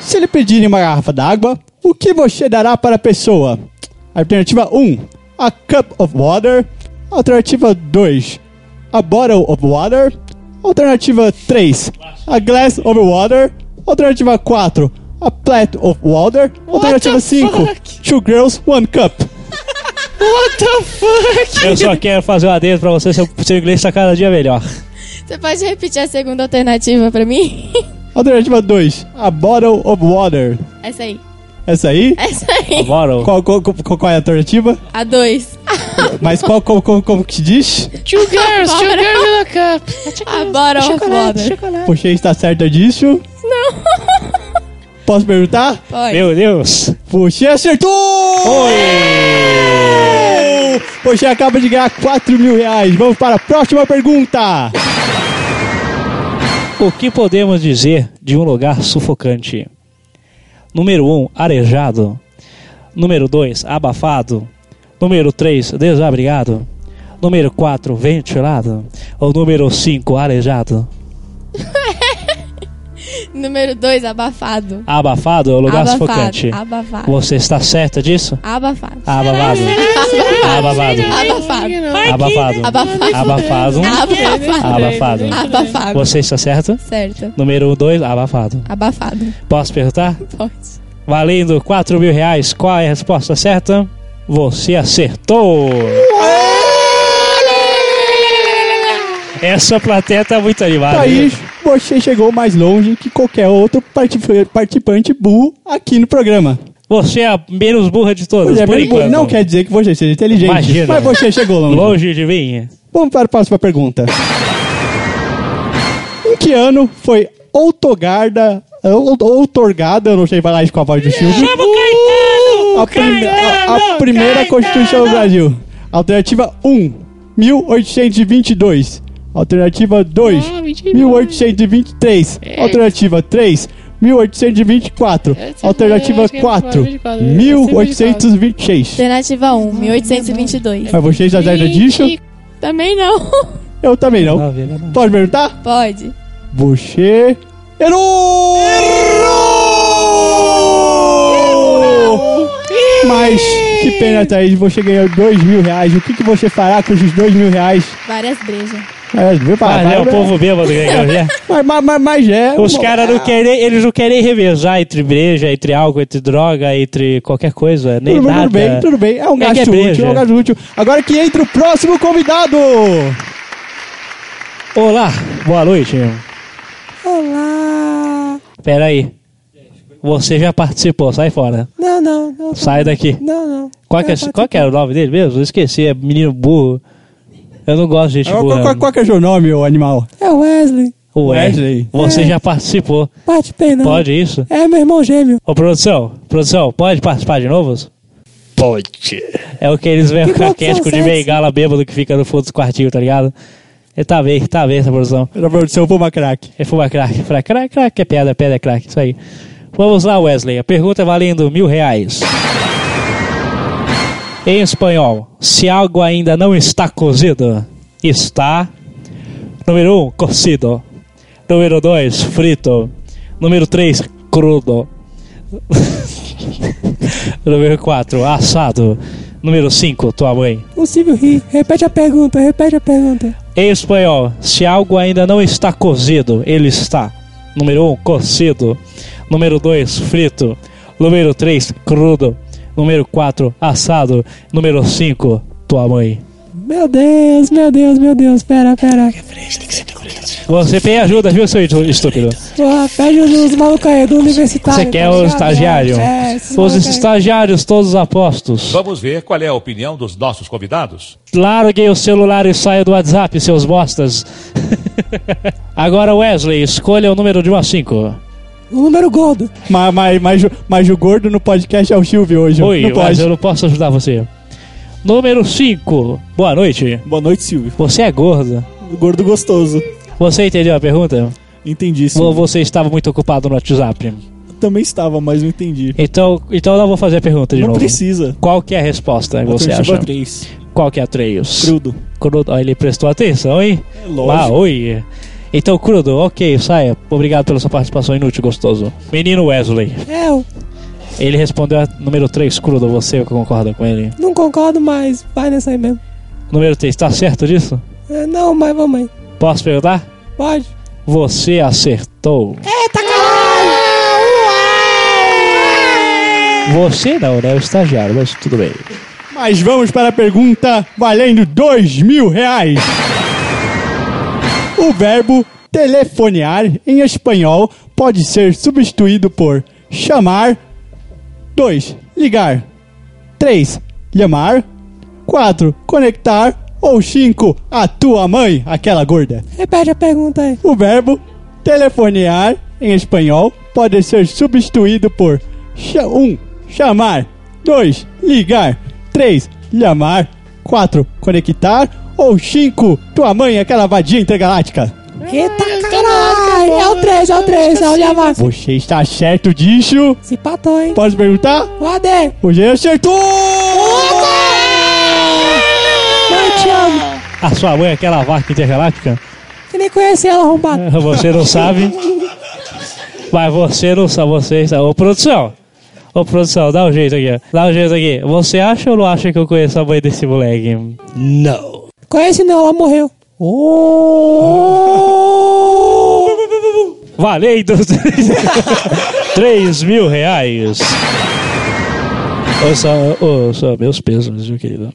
D: Se lhe pedirem uma garrafa d'água, o que você dará para a pessoa? Alternativa 1, a cup of water. Alternativa 2, a bottle of water. Alternativa 3, a glass of water. Alternativa 4, a plat of water. Alternativa 5, two girls, one cup.
F: What the fuck?
H: Eu só quero fazer um adendo pra você, seu, seu inglês tá cada dia melhor.
J: Você pode repetir a segunda alternativa pra mim? <laughs>
D: Alternativa 2, a bottle of water.
J: Essa aí.
D: Essa aí?
J: Essa aí.
D: Qual, qual, qual, qual é a alternativa?
J: A dois.
D: Mas qual, qual, qual, como que diz?
F: Ah,
J: <laughs>
F: Two girls, two girls in a cup.
J: A bottle of water.
D: Você está certa tá disso?
J: Não.
D: Posso perguntar?
J: Pode.
H: Meu Deus.
D: Você acertou! Oi! Você acaba de ganhar 4 mil reais. Vamos para a próxima pergunta. Tá
H: O que podemos dizer de um lugar sufocante? Número 1, um, arejado. Número 2, abafado. Número 3, desabrigado. Número 4, ventilado. Ou número 5, arejado.
J: Número dois, abafado.
H: Abafado é o lugar
J: abafado.
H: sufocante.
J: Abafado.
H: Você está certa disso?
J: Abafado.
H: Abafado. Abafado. Abafado.
J: Abafado. Abafado.
H: Abafado.
J: Abafado.
H: Abafado.
J: Abafado.
H: Você está certa?
J: Certa.
H: Número 2, abafado.
J: Abafado.
H: Posso perguntar?
J: Pode.
H: Valendo 4 mil reais, qual é a resposta certa? Você acertou! Essa plateia tá muito animada.
D: Aí
H: viu?
D: você chegou mais longe que qualquer outro partif- participante burro aqui no programa.
H: Você é a menos burra de todas,
D: Pois é,
H: por
D: bem,
H: enquanto.
D: Não quer dizer que você seja inteligente,
H: Imagina.
D: mas você chegou longe.
H: Longe de mim.
D: Vamos para a próxima pergunta. em que ano foi outorgada, ou- outorgada, eu não sei falar isso com a voz do Silvio, Uh!
F: Chama o Caetano!
D: a, prime- a- a primeira Constituição do Brasil? Alternativa 1, 1822. Alternativa 2,
J: Ah,
D: 1823.
J: É.
D: Alternativa 3, 1824. Alternativa
J: acho que é
D: 4,
J: 24,
D: 1826.
J: Alternativa 1, 1822.
D: Mas vocês já sabem disso?
J: Também não.
D: Eu também
H: Ah.
D: não. Pode perguntar?
J: Pode.
D: Você errou! Mas que pena, Thaís, você ganhou dois mil reais. O que, que você fará com esses dois mil reais?
J: Várias brejas.
D: É, viu,
H: Mas
D: papai?
H: é o povo bêbado que
D: <laughs>
H: ganhou, né?
D: Mas, mas, mas, mas é.
H: Os
D: uma-
H: caras não querem, eles não querem revezar entre breja, entre álcool, entre droga, entre qualquer coisa, nem
D: Tudo,
H: nada.
D: tudo bem, tudo bem. É um
H: É que é
D: gasto útil,
H: breja.
D: é um gasto útil. Agora que entra o próximo convidado!
H: Olá, boa noite.
F: Olá!
H: Pera aí. Você já participou, sai fora.
F: Não, não, não.
H: Sai daqui.
F: Não, não.
H: Qual que, é, qual que era o nome dele mesmo? Eu esqueci, é menino burro. Eu não gosto de gente
D: Qual,
H: burra.
D: qual- qual que é o seu nome, ô animal?
F: É o Wesley.
H: O
D: Wesley.
H: Wesley. Você
F: É.
H: já participou.
F: Parte bem, não.
H: Pode isso?
F: É meu irmão gêmeo.
H: Ô, produção, produção, pode participar de novo? Pode. É o que eles veem
F: Que
H: com aquético de
F: produção é sexy.
H: bengala bêbado que fica no fundo do quartinho, tá ligado? Ele tá bem, tá bem essa produção.
D: Era produção Puma Crack.
H: É fuma crack, fala crack, crack, é pedra, pedra, é crack, isso aí. Vamos lá, Wesley. A pergunta valendo mil reais. Em espanhol, se algo ainda não está cozido, está. Número 1, um, cocido. Número 2, frito. Número 3, crudo. Número 4, assado. Número 5, tua mãe.
F: O Silvio ri. Repete a pergunta, repete a pergunta.
H: Em espanhol, se algo ainda não está cozido, ele está. Número 1, um, cocido. Número 2, frito. Número 3, crudo. Número 4, assado. Número 5, tua mãe.
F: Meu Deus, meu Deus, meu Deus. Pera, pera.
H: Você tem ajuda, viu, seu estu- estúpido?
F: Porra, pede os malucos aí do universitário.
H: Você quer
F: tá
H: o
F: ligado?
H: estagiário?
F: É, esses
H: Os
F: malucos aí.
H: estagiários todos apostos.
B: Vamos ver qual é a opinião dos nossos convidados.
H: Larguem o celular e saiam do WhatsApp, seus bostas. <laughs> Agora, Wesley, escolha o número de 1 a 5.
F: O número gordo.
D: Mas, mas, mas, mas o gordo no podcast é o Silvio hoje.
H: Oi,
D: não
H: mas
D: pode.
H: eu não posso ajudar você. Número 5. Boa noite.
E: Boa noite, Silvio.
H: Você é gordo.
E: Gordo gostoso.
H: Você entendeu a pergunta?
E: Entendi,
H: Ou
E: Silvio.
H: você estava muito ocupado no WhatsApp?
E: Também estava, mas não entendi.
H: Então, então eu não vou fazer a pergunta de
E: não
H: novo.
E: precisa.
H: Qual que é a resposta que você
E: Alternativa
H: acha?
E: três.
H: Qual que é a 3?
E: Crudo.
H: Crudo. Ah, ele prestou atenção, hein?
E: É lógico.
H: Ah, oi. Então, Crudo, ok, saia. Obrigado pela sua participação inútil, gostoso. Menino Wesley.
F: Eu
H: Ele respondeu a número 3, Crudo. Você concorda com ele?
F: não concordo mais. Vai nessa aí mesmo.
H: Número 3, tá certo disso?
F: É, não, mas vamos aí.
H: Posso perguntar?
F: Pode.
H: Você acertou.
F: Eita, caralho!
H: Você não, né? O estagiário, mas tudo bem.
D: Mas vamos para a pergunta valendo dois mil reais. O verbo telefonear em espanhol pode ser substituído por chamar. 2. Ligar. 3. Llamar. 4. Conectar. Ou 5. A tua mãe, aquela gorda.
F: Repete a pergunta aí.
D: O verbo telefonear em espanhol pode ser substituído por 1. Um, chamar 2. Ligar 3. Llamar 4. Conectar ou 5. Tua mãe, aquela vadia intergaláctica.
F: Eita caralho! É o 3, é o 3, é o Yamaha.
D: Você está certo disso?
F: Se patou, hein?
D: Posso perguntar?
F: O AD!
D: Você acertou!
F: Mãe, te amo!
H: A sua mãe é aquela vaca intergaláctica?
F: Eu nem conheci ela, arrombada.
H: <laughs> Você não sabe? Mas você não sabe, você sabe. Ô, produção! Ô, produção, dá um jeito aqui, ó. Dá um jeito aqui. Você acha ou não acha que eu conheço a mãe desse moleque? Não.
F: Conhece não, ela morreu.
H: Valendo <laughs> 3 mil reais. Ô, só, ô, só, meus pesos, meu querido.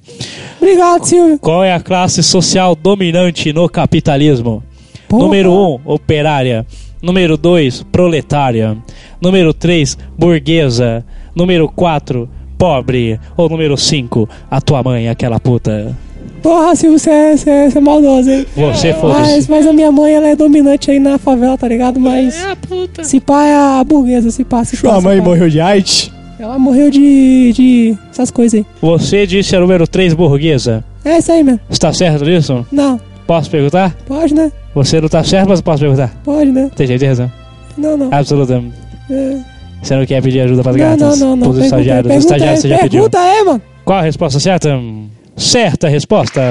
F: Obrigado, Silvio.
H: Qual é a classe social dominante no capitalismo?
F: Porra.
H: Número 1, um, operária. Número 2, proletária. Número 3, burguesa. Número 4, pobre. Ou número 5, a tua mãe, aquela puta.
F: Porra, Silvio, você é, você é, você é maldoso, hein?
H: Você foda-se.
F: É, Mas, mas a minha mãe, ela é dominante aí na favela, tá ligado? Mas. É a puta. Se pá é a burguesa, se pá, se pá.
D: Tua
F: se
D: mãe
F: pá.
D: morreu de AIDS?
F: Ela morreu de. de. essas coisas aí.
H: Você disse a número 3, burguesa.
F: É isso aí mesmo.
H: Está certo nisso?
F: Não,
H: Posso perguntar?
F: pode, né?
H: Você não tá certo, mas eu posso perguntar.
F: Pode, né?
H: Tem jeito de razão.
F: Não, não.
H: Absolutamente.
F: É.
H: Você não quer pedir ajuda para as
F: Não, não,
H: gatas?
F: não, não.
H: Todos os estagiários. Os
F: pergunta,
H: estagiários você
F: aí,
H: já pediu.
F: pergunta é, mano.
H: Qual a resposta certa? Certa resposta.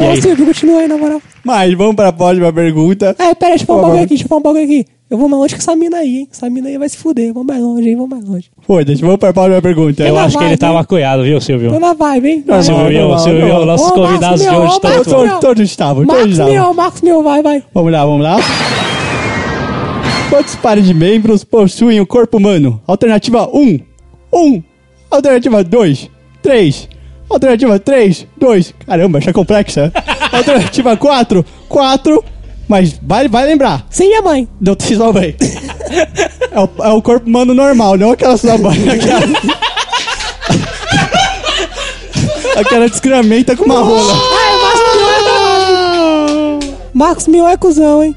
H: E
F: Ô,
H: aí?
F: Silvio, continua aí, na moral.
D: Mas vamos para a próxima pergunta.
F: É, pera, deixa eu falar um bagulho aqui, deixa eu falar um bagulho aqui. Eu vou mais longe que essa mina aí, hein? Essa mina aí vai se fuder. Vamos mais longe, hein? Vamos mais longe.
D: Foda-se, vamos para a próxima pergunta.
H: Eu
F: Ela
H: acho que
F: vai,
H: ele tá
F: viu?
H: maconhado, viu,
F: Tô
H: Silvio?
F: na vibe, hein?
D: Não,
H: Silvio,
D: não,
H: Silvio,
D: não, não.
H: nossos
F: Ô, Marcos
H: convidados de
F: Mion,
H: hoje
F: ô,
H: estão
F: Marcos
H: tudo.
F: Mion.
D: Todos, todos estavam, todos
F: Marcos
D: estavam.
F: Mion, Marcos Mion, vai, vai.
D: Vamos lá, vamos lá. Quantos pares de membros possuem o corpo humano? Alternativa 1, 1. Alternativa 2, 3. Alternativa 3, 2. Caramba, essa é
F: <laughs>
D: complexa. Alternativa 4, 4. Mas vai, vai lembrar.
F: Sem minha mãe.
D: Não te sua
F: <laughs>
D: mãe. É o, é o corpo humano normal, não aquela sua
F: <laughs>
D: mãe. Aquela, aquela descramenta com uma rola.
F: Marcos Mion é cuzão, hein?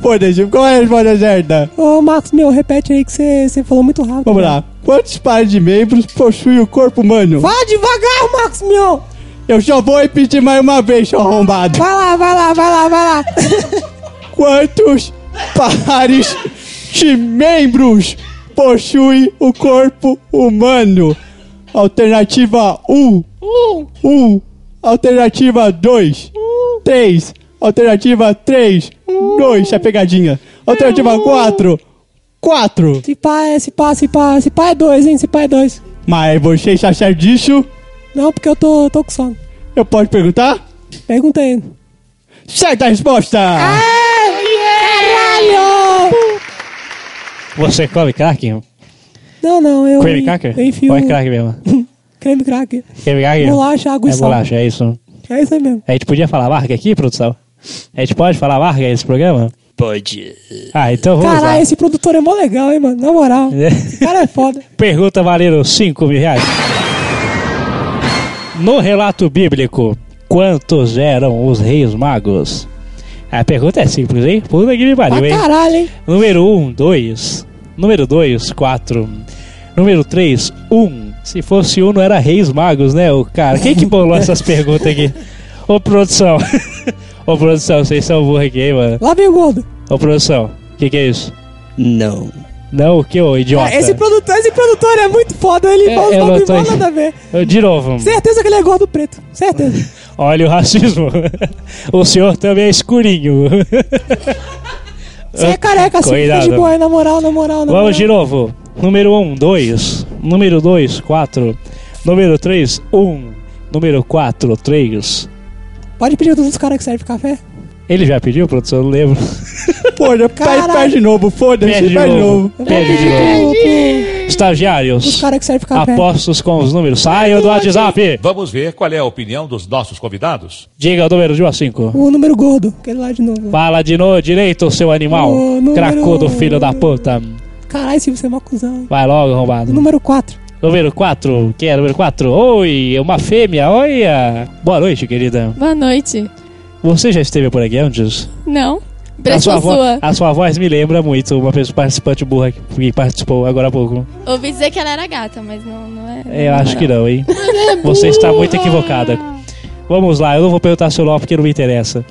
D: Foda-se, qual é a resposta certa?
F: Ô, Marcos Mion, repete aí que você você falou muito rápido.
D: Vamos lá. Quantos pares de membros possui o corpo humano?
F: Vai Ah, devagar, Marcos Mion.
D: Eu só vou repetir mais uma vez, seu arrombado.
F: Vai lá, vai lá, vai lá, vai lá.
D: Quantos pares de membros possui o corpo humano? Alternativa 1. 1. Alternativa 2. 3. Alternativa 3. 2. É pegadinha. Alternativa 4. 4.
F: Se pá, é, se pá, se pá, se pá é dois, hein? Se pá é dois.
D: Mas você está certo disso?
F: Não, porque eu tô, tô com sono.
D: Eu posso perguntar?
F: Pergunta aí.
D: Certa resposta!
F: Caralho!
H: Você come crack?
F: Não, não, eu.
H: Creme cracker?
F: Eu enfio.
H: Ou é crack mesmo?
F: Creme cracker.
H: Creme cracker?
F: Bolacha, água e
H: É
F: sal.
H: bolacha, é isso.
F: É isso aí mesmo.
H: A gente podia falar a marca aqui, produção? A gente pode falar a marca nesse programa? Pode. Ah, então vamos lá.
F: Caralho, esse produtor é mó legal, hein, mano? Na
H: <laughs>
F: moral. Esse cara é foda.
H: Pergunta valendo 5 mil reais. No relato bíblico, quantos eram os reis magos? A pergunta é simples, hein? Puta que me pariu,
F: Pra
H: hein?
F: caralho, hein?
H: Número 1, 2. Número 2, 4. Número 3, 1. Se fosse um, não era reis magos, né, o cara? Quem que bolou essas perguntas aqui? Ô, produção. <laughs> Ô, produção, vocês são burros aqui, hein, mano?
F: Lá vem o gordo.
H: Ô, produção, o que que é isso?
G: Não.
H: Não, o que, ô, idiota?
F: Ah, esse, produtor, esse produtor é muito foda, ele
H: É,
F: fala os
H: eu
F: bagulho
H: não tô
F: mó
H: enche-
F: nada a ver.
H: Eu- De novo.
F: Certeza que ele é gordo preto. Certeza.
H: Olha o racismo. <laughs> o senhor também é escurinho.
F: Você é careca, assim, fica de
H: Cuidado.
F: boa, hein? na moral, na moral, na moral.
H: Vamos de novo. Número 1, 2. Número 2, 4. Número 3, 1. Número 4, 3.
F: Pode pedir todos os caras que servem café?
H: Ele já pediu, produção? Eu Não lembro.
D: Pô, já pede,
F: Caralho.
D: pede de novo, foda-se,
H: Pede de
D: pede de
H: novo.
D: novo.
F: Eu vou
H: Pede de
F: pedir
H: novo.
F: pro- pro-
H: Estagiários.
F: Os cara que serve café.
H: Apostos com os números. Saiam do WhatsApp.
B: Vamos ver qual é a opinião dos nossos convidados?
H: Diga o número de 1 a 5.
F: O número gordo, aquele lá de novo. né?
H: Fala de novo direito, seu animal.
F: O número-
H: Cracudo, filho da puta.
F: Caralho, Silvio, você é mó cuzão, hein?
H: Vai logo, arrombado.
F: Número 4.
H: Número 4. Quem é número 4? Oi, é uma fêmea, olha. Boa noite, querida.
J: Boa noite.
H: Você já esteve por aqui antes?
J: Não.
H: A sua,
J: Pressão
H: vo-
J: sua.
H: a sua voz me lembra muito uma pessoa participante burra que- que participou agora há pouco.
J: Ouvi dizer que ela era gata, mas não, não é.
H: Eu acho que não, hein? Você está muito equivocada. Vamos lá, eu não vou perguntar seu nome porque não me interessa.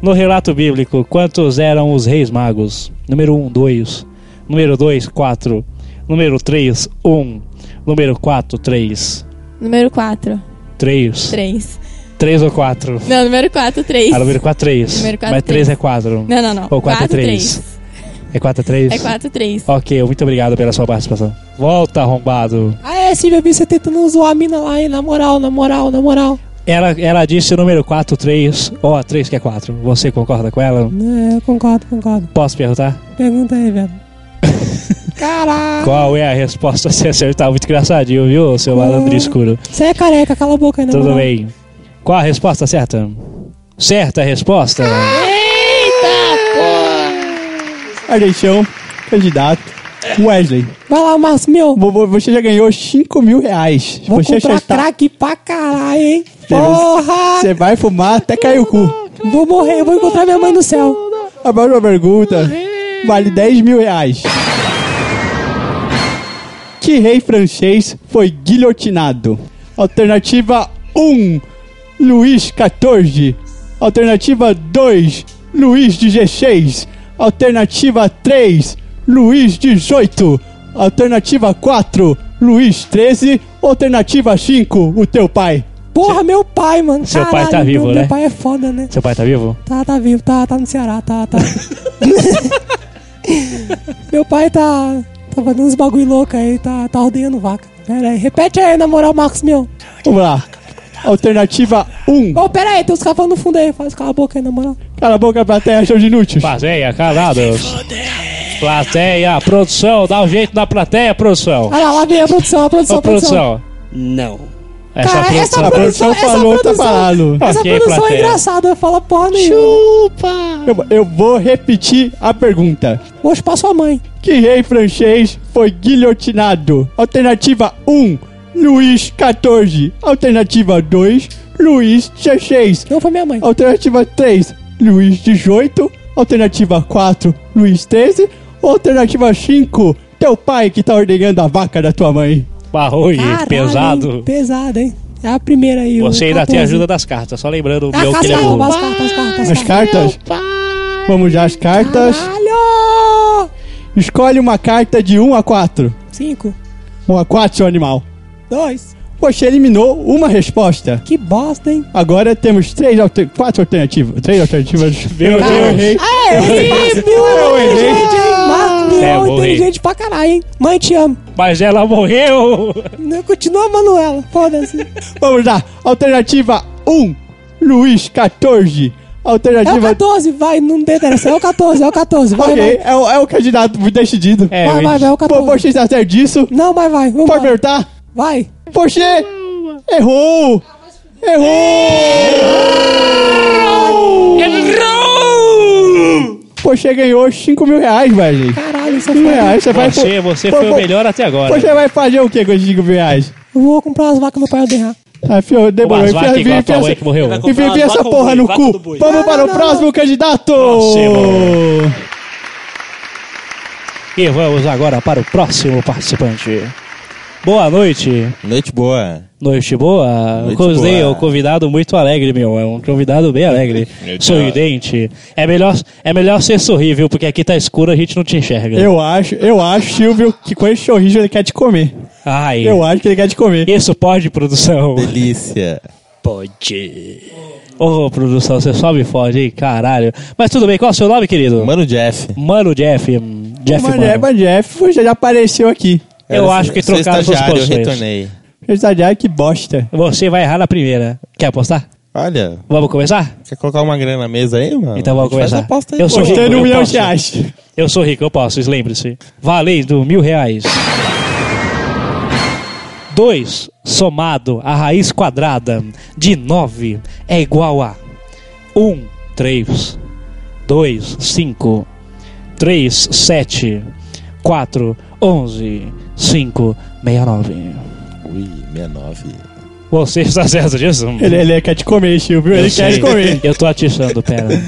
H: No relato bíblico, quantos eram os reis magos? Número 1, 2. Número 2, 4. Número 3, 1. Número 4, 3.
J: Número 4.
H: 3.
J: 3.
H: 3 ou 4?
J: Não, número 4, 3.
H: Ah, número 4, 3.
J: Número quatro,
H: Mas 3 é
J: três.
H: 4.
J: Não, não, não.
H: Ou 4 é
J: Quatro,
H: 3. É 4 é 3?
J: É 4, 3.
H: Ok, muito obrigado pela sua participação. Volta, arrombado.
F: Ah, é, Silvio, eu vi você tentando zoar a mina lá, hein? Na moral, na moral, na moral.
H: Ela, ela disse o número 4, 3, ou a 3 que é 4. Você concorda com ela?
F: É, eu concordo, concordo.
H: Posso perguntar?
F: Pergunta aí,
H: <laughs>
F: velho. Caralho.
H: Qual é a resposta <laughs> se acertar? Muito engraçadinho, viu, seu malandro escuro?
F: Você é careca, cala a boca aí, na
H: Tudo
F: moral.
H: bem. Qual a resposta certa? Certa a resposta?
F: Ah.
D: Ardenchão, candidato. Wesley.
F: Vai lá, Márcio, meu.
D: Você já ganhou 5 mil reais.
F: Vou
D: você é
F: comprar
H: tá.
D: acertar-
F: crack pra caralho, hein?
D: Teve-
F: Porra!
D: Você vai fumar até cair o cu.
F: Vou morrer, eu vou encontrar minha mãe no céu.
D: A próxima Tá pergunta vale 10 mil reais. Que rei francês foi guilhotinado? Alternativa 1, Luís XIV. Alternativa 2, Luís XVI. Alternativa 3, Luís XVIII. Alternativa 4, Luís XIII. Alternativa 5, o teu pai.
F: Porra, meu pai, mano.
H: Seu pai
F: Caralho,
H: tá vivo,
F: meu,
H: né?
F: Meu pai é foda, né?
H: Seu pai tá vivo?
F: Tá, tá vivo, tá, tá no Ceará, tá,
H: <laughs>
F: tá. meu pai tá, tá fazendo uns bagulho louco aí, tá, tá ordenhando vaca. Pera aí, repete aí, na moral, Marcos, meu.
D: Vamos lá. Alternativa 1.
F: Ô, pera aí, tem uns caras falando no fundo aí, faz cala a boca aí, na moral.
D: Cala a boca, plateia, show de inúteis.
H: Plateia, calados. Plateia, produção, dá um jeito na plateia, produção.
F: Ah, lá, lá vem a produção, a produção,
H: Ô,
F: a produção.
H: produção. É Não. Essa
F: Cara, é
H: produção. tá
F: essa produção, essa produção, essa
H: Ok,
F: produção é
H: plateia.
F: engraçada, fala porra nenhuma.
D: Eu, eu vou repetir a pergunta.
F: Vou chupar sua mãe.
D: Que rei francês foi guilhotinado? Alternativa 1, Luís XIV. Alternativa 2, Luís XVI.
F: Não foi minha mãe.
D: Alternativa 3, Luís XVIII. Alternativa 4, Luís XIII. Alternativa 5, teu pai que tá ordenhando a vaca da tua mãe.
H: Barulho,
F: Caralho,
H: pesado.
F: hein? Pesado, hein? É a primeira aí.
H: Você ainda tem a
F: 14.
H: ajuda das cartas, só lembrando o
F: Ah,
H: meu
F: as
H: que levou.
F: cartas, as cartas, as cartas.
D: As cartas? Vamos já, as cartas.
F: Ah. Caralho!
D: Escolhe uma carta de 1 a 4.
F: Cinco,
D: 1 a 4, seu animal.
F: dois.
D: Você eliminou uma resposta.
F: Que bosta, hein?
D: Agora temos três alter... quatro alternativas. Três alternativas. Meu
F: Deus. É,
D: Eu errei.
F: inteligente, hein? Marco Mion,
H: É, eu vou rir.
F: inteligente pra caralho, hein? Mãe, te amo.
H: Mas ela morreu!
F: Não, Continua, Manuela. Foda-se. É
D: Vamos lá. Alternativa 1, Luiz 14.
F: É o
D: Alternativa
F: 14, vai, não tem interesse. É o 14, é o 14. Vai,
D: Ok,
F: vai.
D: é o, é o candidato decidido.
H: É,
F: Vai, vai, vai, é o 14.
D: Pô, Você está certo disso?
F: Não, mas vai, vamos
D: Pode perguntar?
F: Vai.
D: Você errou! Errou! Errou! Você ganhou 5 mil reais, velho.
F: Caralho, isso é
D: 5 mil reais, você vai...
H: Você, você
D: Pô,
H: foi o
D: pô,
H: melhor até agora.
D: Você vai fazer o que com esses 5 mil reais?
F: Eu vou comprar umas vacas no pai ordenhar.
D: Ah, fio, demorou.
H: Umas vacas
D: Enfia,
H: igual
D: enfia,
H: a tua mãe
D: enfia,
H: que morreu. né?
D: enfia, enfia essa porra no cu. Vamos para o próximo candidato.
H: Próximo. E vamos agora para o próximo participante. Boa noite.
I: Noite boa.
H: Noite boa.
I: Noite
H: Convidei
I: boa.
H: um convidado muito alegre, meu. É um convidado bem alegre.
I: Noite
H: Sorridente. É melhor, é melhor ser sorrível, porque aqui tá escuro a gente não te enxerga.
D: Eu acho, eu acho, Silvio, que com esse sorriso ele quer te comer.
H: Ai.
D: Eu acho que ele quer te comer.
H: Isso pode,
D: <laughs>
H: produção?
I: Delícia.
H: Pode. Ô, produção, você sobe fode, hein? Caralho. Mas tudo bem, qual é o seu nome, querido?
I: Mano Jeff.
H: Mano Jeff. hum, Jeff,
D: Mas
H: mano.
D: Jeff, é, mas Jeff, você já apareceu aqui.
H: Eu
I: Era
H: acho que
I: seu
H: trocaram suas
I: estagiário, Eu
H: posições.
I: retornei.
D: Estagiário, que bosta.
H: Você vai errar na primeira. Quer apostar?
I: Olha,
H: Vamos começar?
I: quer colocar uma grana na mesa aí, mano?
H: Então vamos
I: A gente faz
H: começar.
I: aposta aí,
H: Eu
I: pô.
H: sou rico, né?
D: Tem um
H: eu
D: milhão
H: posso.
D: de reais.
H: Eu sou rico, eu posso, lembre-se. Valendo mil reais. 2 somado à raiz quadrada de 9 é igual a 1, 3, 2, 5, 3, 7, 4, 11, 5, 69.
I: Ui, 69.
H: Você está certo disso?
D: Ele, ele quer te comer, Chico, viu?
H: Eu
D: Ele quer
H: sei.
D: te
H: <laughs>
D: comer.
H: Eu tô atiçando, pera.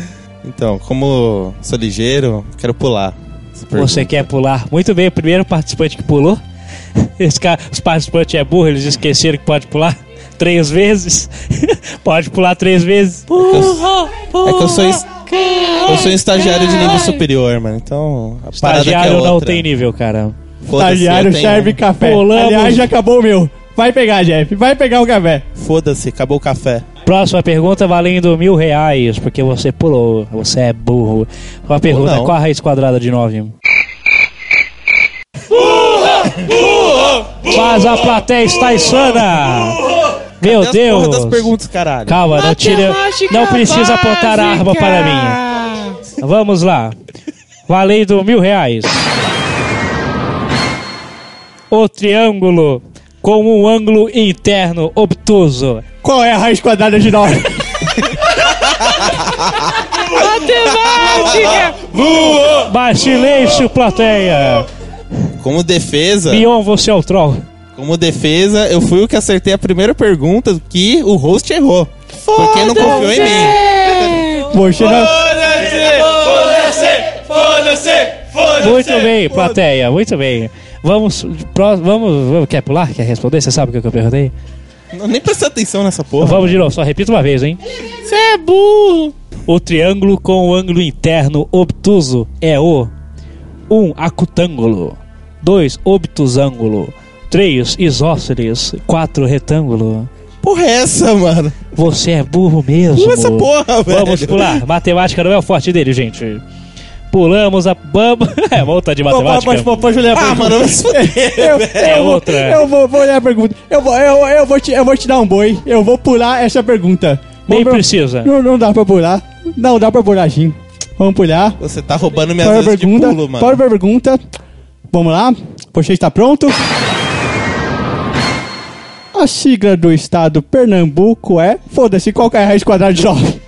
I: Então, como sou ligeiro, quero pular. essa
H: Você
I: pergunta.
H: quer pular? Muito bem, o primeiro participante que pulou. <laughs> Esse cara, os participantes é burro, eles esqueceram que pode pular três vezes. <laughs> pode pular três vezes.
I: É que eu sou, es- eu sou um estagiário de nível superior, mano. Então, a parada que é
H: Estagiário não
I: outra.
H: tem nível, cara.
I: Foda-se,
D: Estagiário
I: eu tenho-
D: serve café.
H: Pulamos.
D: Aliás, já acabou o meu. Vai pegar, Jeff. Vai pegar o café.
I: Foda-se, acabou o café.
H: Próxima pergunta valendo mil reais, porque você pulou. Você é burro. Uma pergunta:
I: não.
H: qual a raiz quadrada de 9? Mas a plateia está insana! Meu
I: Cadê as porra
H: Deus!
I: das perguntas, caralho.
H: Calma, não tira. Não precisa apontar a arma para mim. Vamos lá. Valendo mil reais. O triângulo com um ângulo interno obtuso.
D: Qual é a raiz quadrada de 9?
H: Basileixo, plateia.
I: Como defesa,
H: Mion, você é o troll.
I: como defesa, eu fui o que acertei a primeira pergunta que o host errou. Porque não confiou em mim.
D: Poxa, não.
H: Muito bem, plateia, muito bem. Vamos, pró- vamos, vamos- Quer pular? Quer responder? Você sabe o que eu perguntei?
I: Não- Nem prestou atenção nessa porra.
H: Vamos de novo, só repito uma vez, hein? Você é burro! O triângulo com o ângulo interno obtuso é o 1. Um, acutângulo 2. Obtusângulo 3. Isósceles 4. Retângulo
I: Porra é essa, mano?
H: Você é burro mesmo.
I: Pula essa porra, velho.
H: Vamos pular. Matemática não é o forte dele, gente. Pulamos a bamba. <laughs> É, volta de matemática.
D: Pode, pode, pode olhar a
I: Ah,
D: pergunta.
I: mano, vai se fuder.
H: <laughs> É outra.
D: Eu vou, vou olhar a pergunta. Eu vou, eu, eu, vou te, eu vou te dar um boi. Eu vou pular essa pergunta.
H: Nem
D: Vamos-
H: precisa.
D: Não, não dá pra pular. Não dá pra pular, Jim. Vamos pular.
I: Você tá roubando minhas
D: Para a
I: vezes de
D: pergunta.
I: pulo, mano.
D: Para a pergunta. Vamos lá. Você está pronto? A sigla do estado Pernambuco é. Foda-se, qual que é a raiz quadrada de <laughs> 9?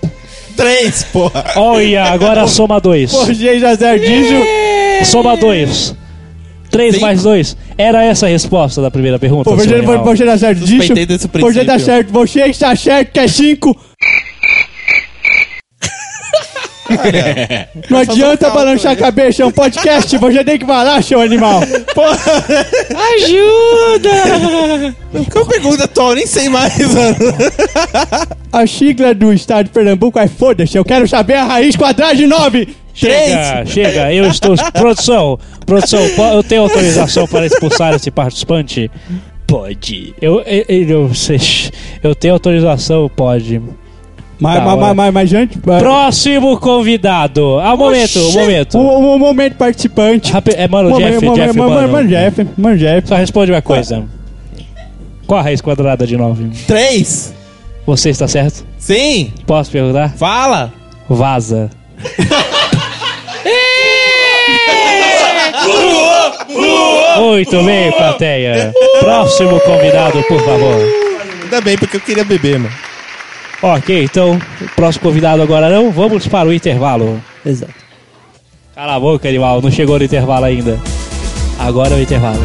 I: Três, porra.
H: Olha, agora soma 2.
D: Hoje já zero dígito.
H: Soma 2. 3
I: Cinco.
H: mais 2. Era essa a resposta da primeira pergunta?
D: Pô,
H: seu
D: Você
H: animal?
D: você dá certo disso?
I: Suspeitei desse
D: Você dá
I: princípio.
D: certo, você está certo que
I: <laughs>
D: é 5. Não adianta balançar a cabeça, é um podcast, você tem que falar, seu animal.
I: Qual pergunta atual? Nem sei mais, mano.
D: A sigla do estado de Pernambuco é foda-se, eu quero saber a raiz quadrada de 9.
H: Chega, chega, eu estou. Produção, produção, po- eu tenho autorização para expulsar esse participante? Pode. Eu, eu, eu, eu tenho autorização, pode.
D: Mas,
H: Da
D: mas,
H: hora.
D: mas, mas, mas, gente, mas-
H: Próximo convidado. Ah, um momento, um
D: um,
H: momento.
D: um momento participante.
H: Rapi- é, mano,
D: Momento,
H: Jeff,
D: momento,
H: Jeff,
D: mano,
H: mano.
D: mano, Jeff, mano, Jeff.
H: Só responde uma coisa. Qual a raiz quadrada de 9?
I: Três?
H: Você está certo?
I: Sim?
H: Posso perguntar?
I: Fala.
H: Vaza. Muito bem, plateia. Próximo convidado, por favor.
I: Ainda bem, porque eu queria beber, mano.
H: Ok, então, próximo convidado agora não. Vamos para o intervalo.
G: Exato.
H: Cala a boca, animal. Não chegou no intervalo ainda. Agora é o intervalo.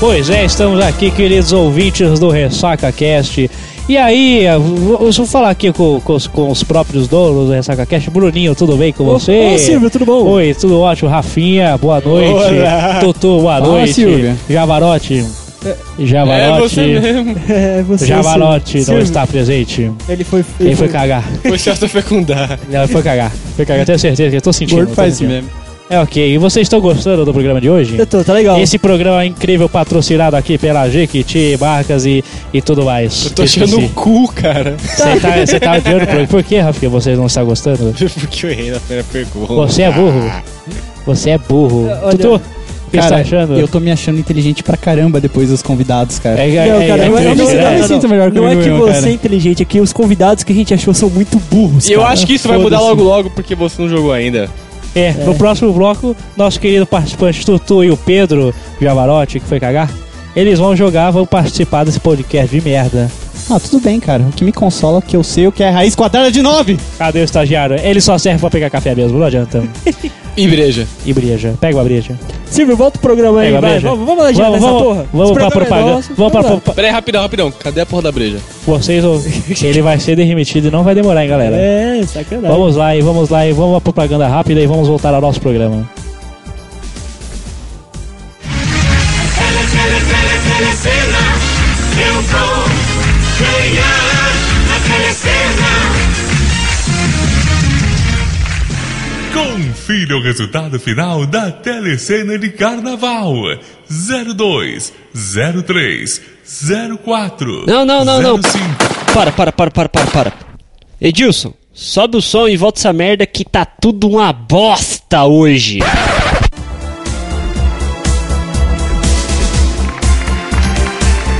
H: Pois é, estamos aqui, queridos ouvintes do Ressaca Cast. E aí, eu vou eu vou falar aqui com, com os, com os próprios donos do Ressaca Cast. Bruninho, tudo bem com você?
G: ô, Silvio, tudo bom?
H: Oi, tudo ótimo. Rafinha, boa noite.
D: Olá.
H: Tutu, boa
D: Fala,
H: noite.
D: Silvia.
H: Javarote.
C: É
H: Javarote.
C: você
H: <laughs>
C: mesmo.
G: É, você.
H: Javarote não
G: Silvio.
H: está presente.
G: Ele foi.
H: Ele foi cagar.
C: Foi chato fecundar.
H: Não, ele foi cagar. Foi cagar, tenho certeza que eu tô sentindo.
C: Gordo
H: eu tô
C: faz isso
H: sentindo.
C: mesmo.
H: É ok. E vocês estão gostando do programa de hoje?
G: Eu tô, tá legal.
H: Esse programa é incrível, patrocinado aqui pela Jequiti, marcas e, e tudo mais.
C: Eu tô achando um cu, cara. <laughs>
H: Você tá, você tá odiando o programa. Por que, Rafinha, você não está gostando?
C: Porque eu errei na primeira pergunta.
H: Você é burro. Você é burro.
G: olha-
H: Tutu, que você tá achando?
L: eu tô me achando inteligente pra caramba depois dos convidados, cara.
H: É, é, Não, cara, é eu- eu me-
L: incrível,
H: eu
L: cara.
H: me sinto melhor
L: Não é que
G: você é inteligente, é que os convidados que a gente achou são muito burros.
C: E eu
G: cara.
C: acho que isso vai mudar
G: Foda-se.
C: logo logo porque você não jogou ainda.
H: É, no próximo bloco, nosso querido participante Tutu e o Pedro Javarotti, que foi cagar, eles vão jogar, vão participar desse podcast de merda.
L: Ah, tudo bem, cara. O que me consola é que eu sei o que é raiz quadrada de 9.
H: Cadê o estagiário? Ele só serve pra pegar café mesmo, não adianta.
C: E breja.
H: E breja. Pega uma breja.
G: Silvio, volta o programa aí,
H: Pega a
G: vai.
H: breja.
G: Vamos, vamos lá,
H: Vamos,
G: vamos,
H: vamos,
G: porra.
H: vamos
G: Esse programa
H: pra
G: é
H: propaganda.
G: nosso,
H: Vamos pra propaganda.
C: Peraí, rapidão, rapidão. Cadê a porra da breja?
H: Vocês vão... Ele vai ser demitido e não vai demorar, hein, galera.
G: É, sacanagem.
H: Vamos lá, e vamos lá, e vamos à propaganda rápida e vamos voltar ao nosso programa.
M: Eu vou ganhar na
N: Confira o resultado final da Telecena de Carnaval 02 03 04
O: Não, não, não, não.
N: 05.
O: Para, para, para, para, para, para. Edilson, sobe o som e volta essa merda que tá tudo uma bosta hoje.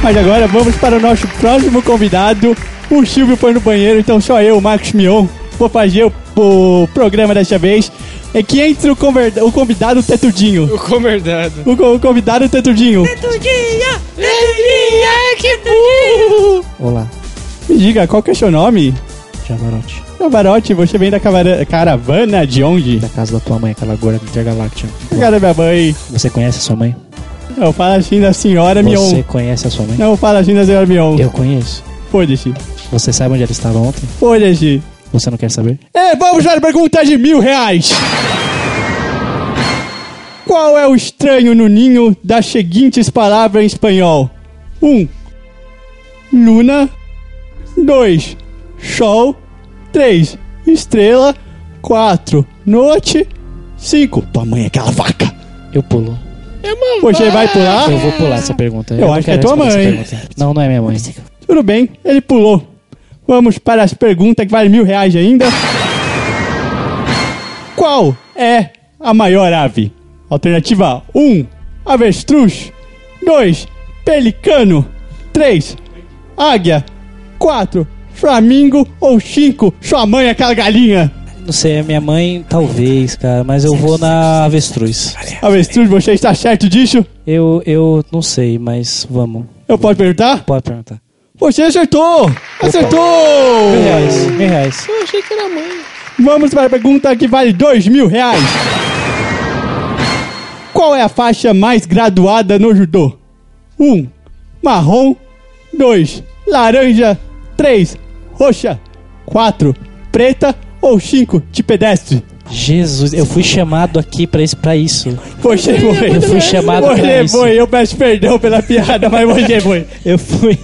D: Mas agora vamos para o nosso próximo convidado. O Silvio foi no banheiro, então só eu, Marcos Mion, vou fazer o, o programa desta vez. É que entra o, conver- o convidado Tetudinho.
C: O convidado.
D: O, co- o convidado Tetudinho.
M: Tudinha, tudinha, que burro!
D: Uh! Olá. Me diga, qual que é o seu nome?
L: Javarote.
D: Javarote, você vem da cavara- caravana de onde? Da
L: casa da tua mãe, aquela gorda intergaláctica.
D: Cara, da minha mãe.
H: Você conhece a sua mãe?
D: Não, fala assim da senhora Mion.
H: Você conhece a sua mãe?
D: Não, fala assim da senhora Mion.
H: Eu conheço.
D: Foda-se.
H: Você sabe onde ela estava ontem?
D: Foda-se.
H: Você não quer saber?
D: É, vamos para a pergunta de mil reais. Qual é o estranho no ninho das seguintes palavras em espanhol? 1. Um, luna. 2. Sol. 3. Estrela. 4. Noite. 5. Tua mãe é aquela vaca.
H: Eu pulo.
D: Você vai pular?
H: Eu vou pular essa pergunta.
D: Eu
H: não
D: acho que é
H: quero
D: tua
H: responder
D: mãe.
H: essa pergunta. Não, não é minha mãe.
D: Tudo bem, ele pulou. Vamos para as perguntas que vale mil reais ainda. Qual é a maior ave? Alternativa 1, avestruz. 2, pelicano. 3, águia. 4, flamingo. Ou 5, sua mãe é aquela galinha.
P: Não sei, a minha mãe talvez, cara, mas eu vou na avestruz.
D: Avestruz, você está certo disso?
P: Eu, eu não sei, mas vamos.
D: Eu posso perguntar?
P: Pode perguntar.
D: Você acertou! Acertou!
P: Mil reais, mil reais.
D: Eu achei que era mãe. Vamos para a pergunta que vale dois mil reais. Qual é a faixa mais graduada no judô? 1. Um, marrom. 2. Laranja. 3. Roxa. 4. Preta. Ou 5. De pedestre.
P: Jesus, eu fui chamado aqui pra isso. Pra
D: <laughs>
P: isso.
D: Você foi.
P: Eu fui chamado pra
D: Você
P: isso.
D: foi. Eu peço perdão pela piada, mas você foi.
P: Eu fui.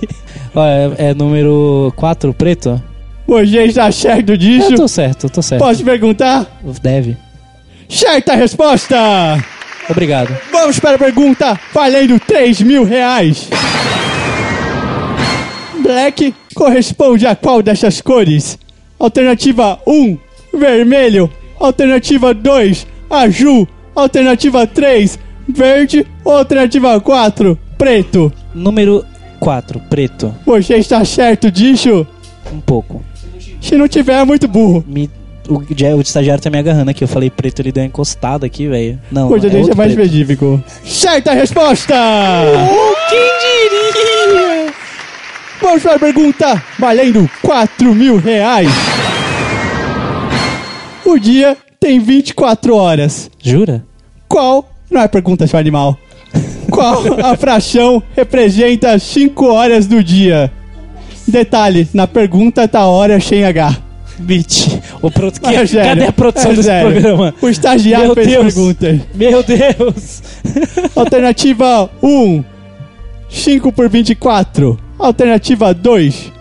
P: Ó, é, é número 4, preto?
D: Você está certo disso?
P: Eu tô certo, eu tô certo.
D: Posso perguntar?
P: Deve.
D: Certa resposta!
P: Obrigado.
D: Vamos para a pergunta valendo 3 mil reais. Black corresponde a qual dessas cores? Alternativa 1, vermelho. Alternativa 2, azul. Alternativa 3, verde. Alternativa 4, preto.
P: Número 4, preto.
D: Você está certo disso?
P: Um pouco.
D: Se não tiver, é muito burro.
P: Me, o, o estagiário tá me agarrando aqui. Eu falei preto, ele deu uma encostada aqui, velho. Não,
D: Hoje a
P: é
D: gente é
P: outro
D: mais
P: preto.
D: específico. Certa resposta! quem diria? Vamos para a pergunta valendo 4 mil reais. O dia tem 24 horas.
P: Jura?
D: Qual? Não é pergunta, seu animal. Qual a fração representa 5 horas do dia? Detalhe, na pergunta tá hora sem H.
P: Bitch. O produto
D: É
P: que,
D: sério,
P: cadê a produção
D: é
P: desse
D: sério.
P: programa?
D: O estagiário
P: Meu
D: fez
P: Deus.
D: perguntas.
P: Meu Deus!
D: Alternativa 1, 5 por 24. Alternativa 2,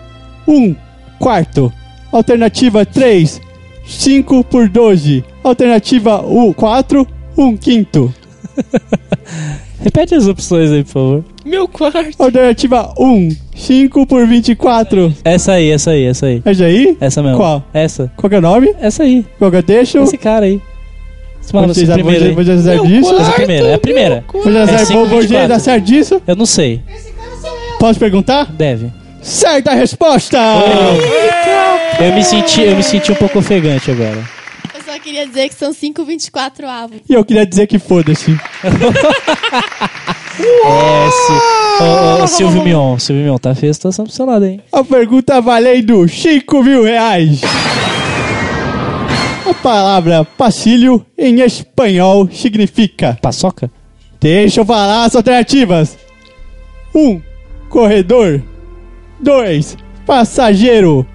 D: 1 quarto. Alternativa 3, 5 por 12. Alternativa 4, 1 quinto.
P: Repete as opções aí, por favor.
D: Meu quarto. Alternativa 1, 5 por 24.
P: Essa aí, essa aí, essa aí.
D: Essa aí?
P: Essa mesmo.
D: Qual?
P: Essa.
D: Qual que é o nome?
P: Essa aí.
D: Qual que eu deixo?
P: Esse cara aí.
H: manda essa primeira aí.
D: Vou desassar
H: Meu
D: disso?
H: quarto, Essa primeira, é a primeira. meu
D: Vou desassar-
H: É cinco
D: vou-
H: e
D: vou
H: 24.
D: desassar disso?
H: Eu não sei.
D: Posso perguntar?
H: Deve.
D: Certa resposta!
H: Eu me senti, eu me senti um pouco ofegante agora.
J: Eu só queria dizer que são 5,24 avos.
D: E eu queria dizer que foda-se.
H: É, se, Ô, ô, Silvio Mion, Silvio Mion, tá feia a situação pro seu lado, hein?
D: A pergunta valendo 5 mil reais. A palavra pacílio em espanhol significa...
H: Paçoca?
D: Deixa eu falar as alternativas. 1. Um, corredor. 2. Passageiro.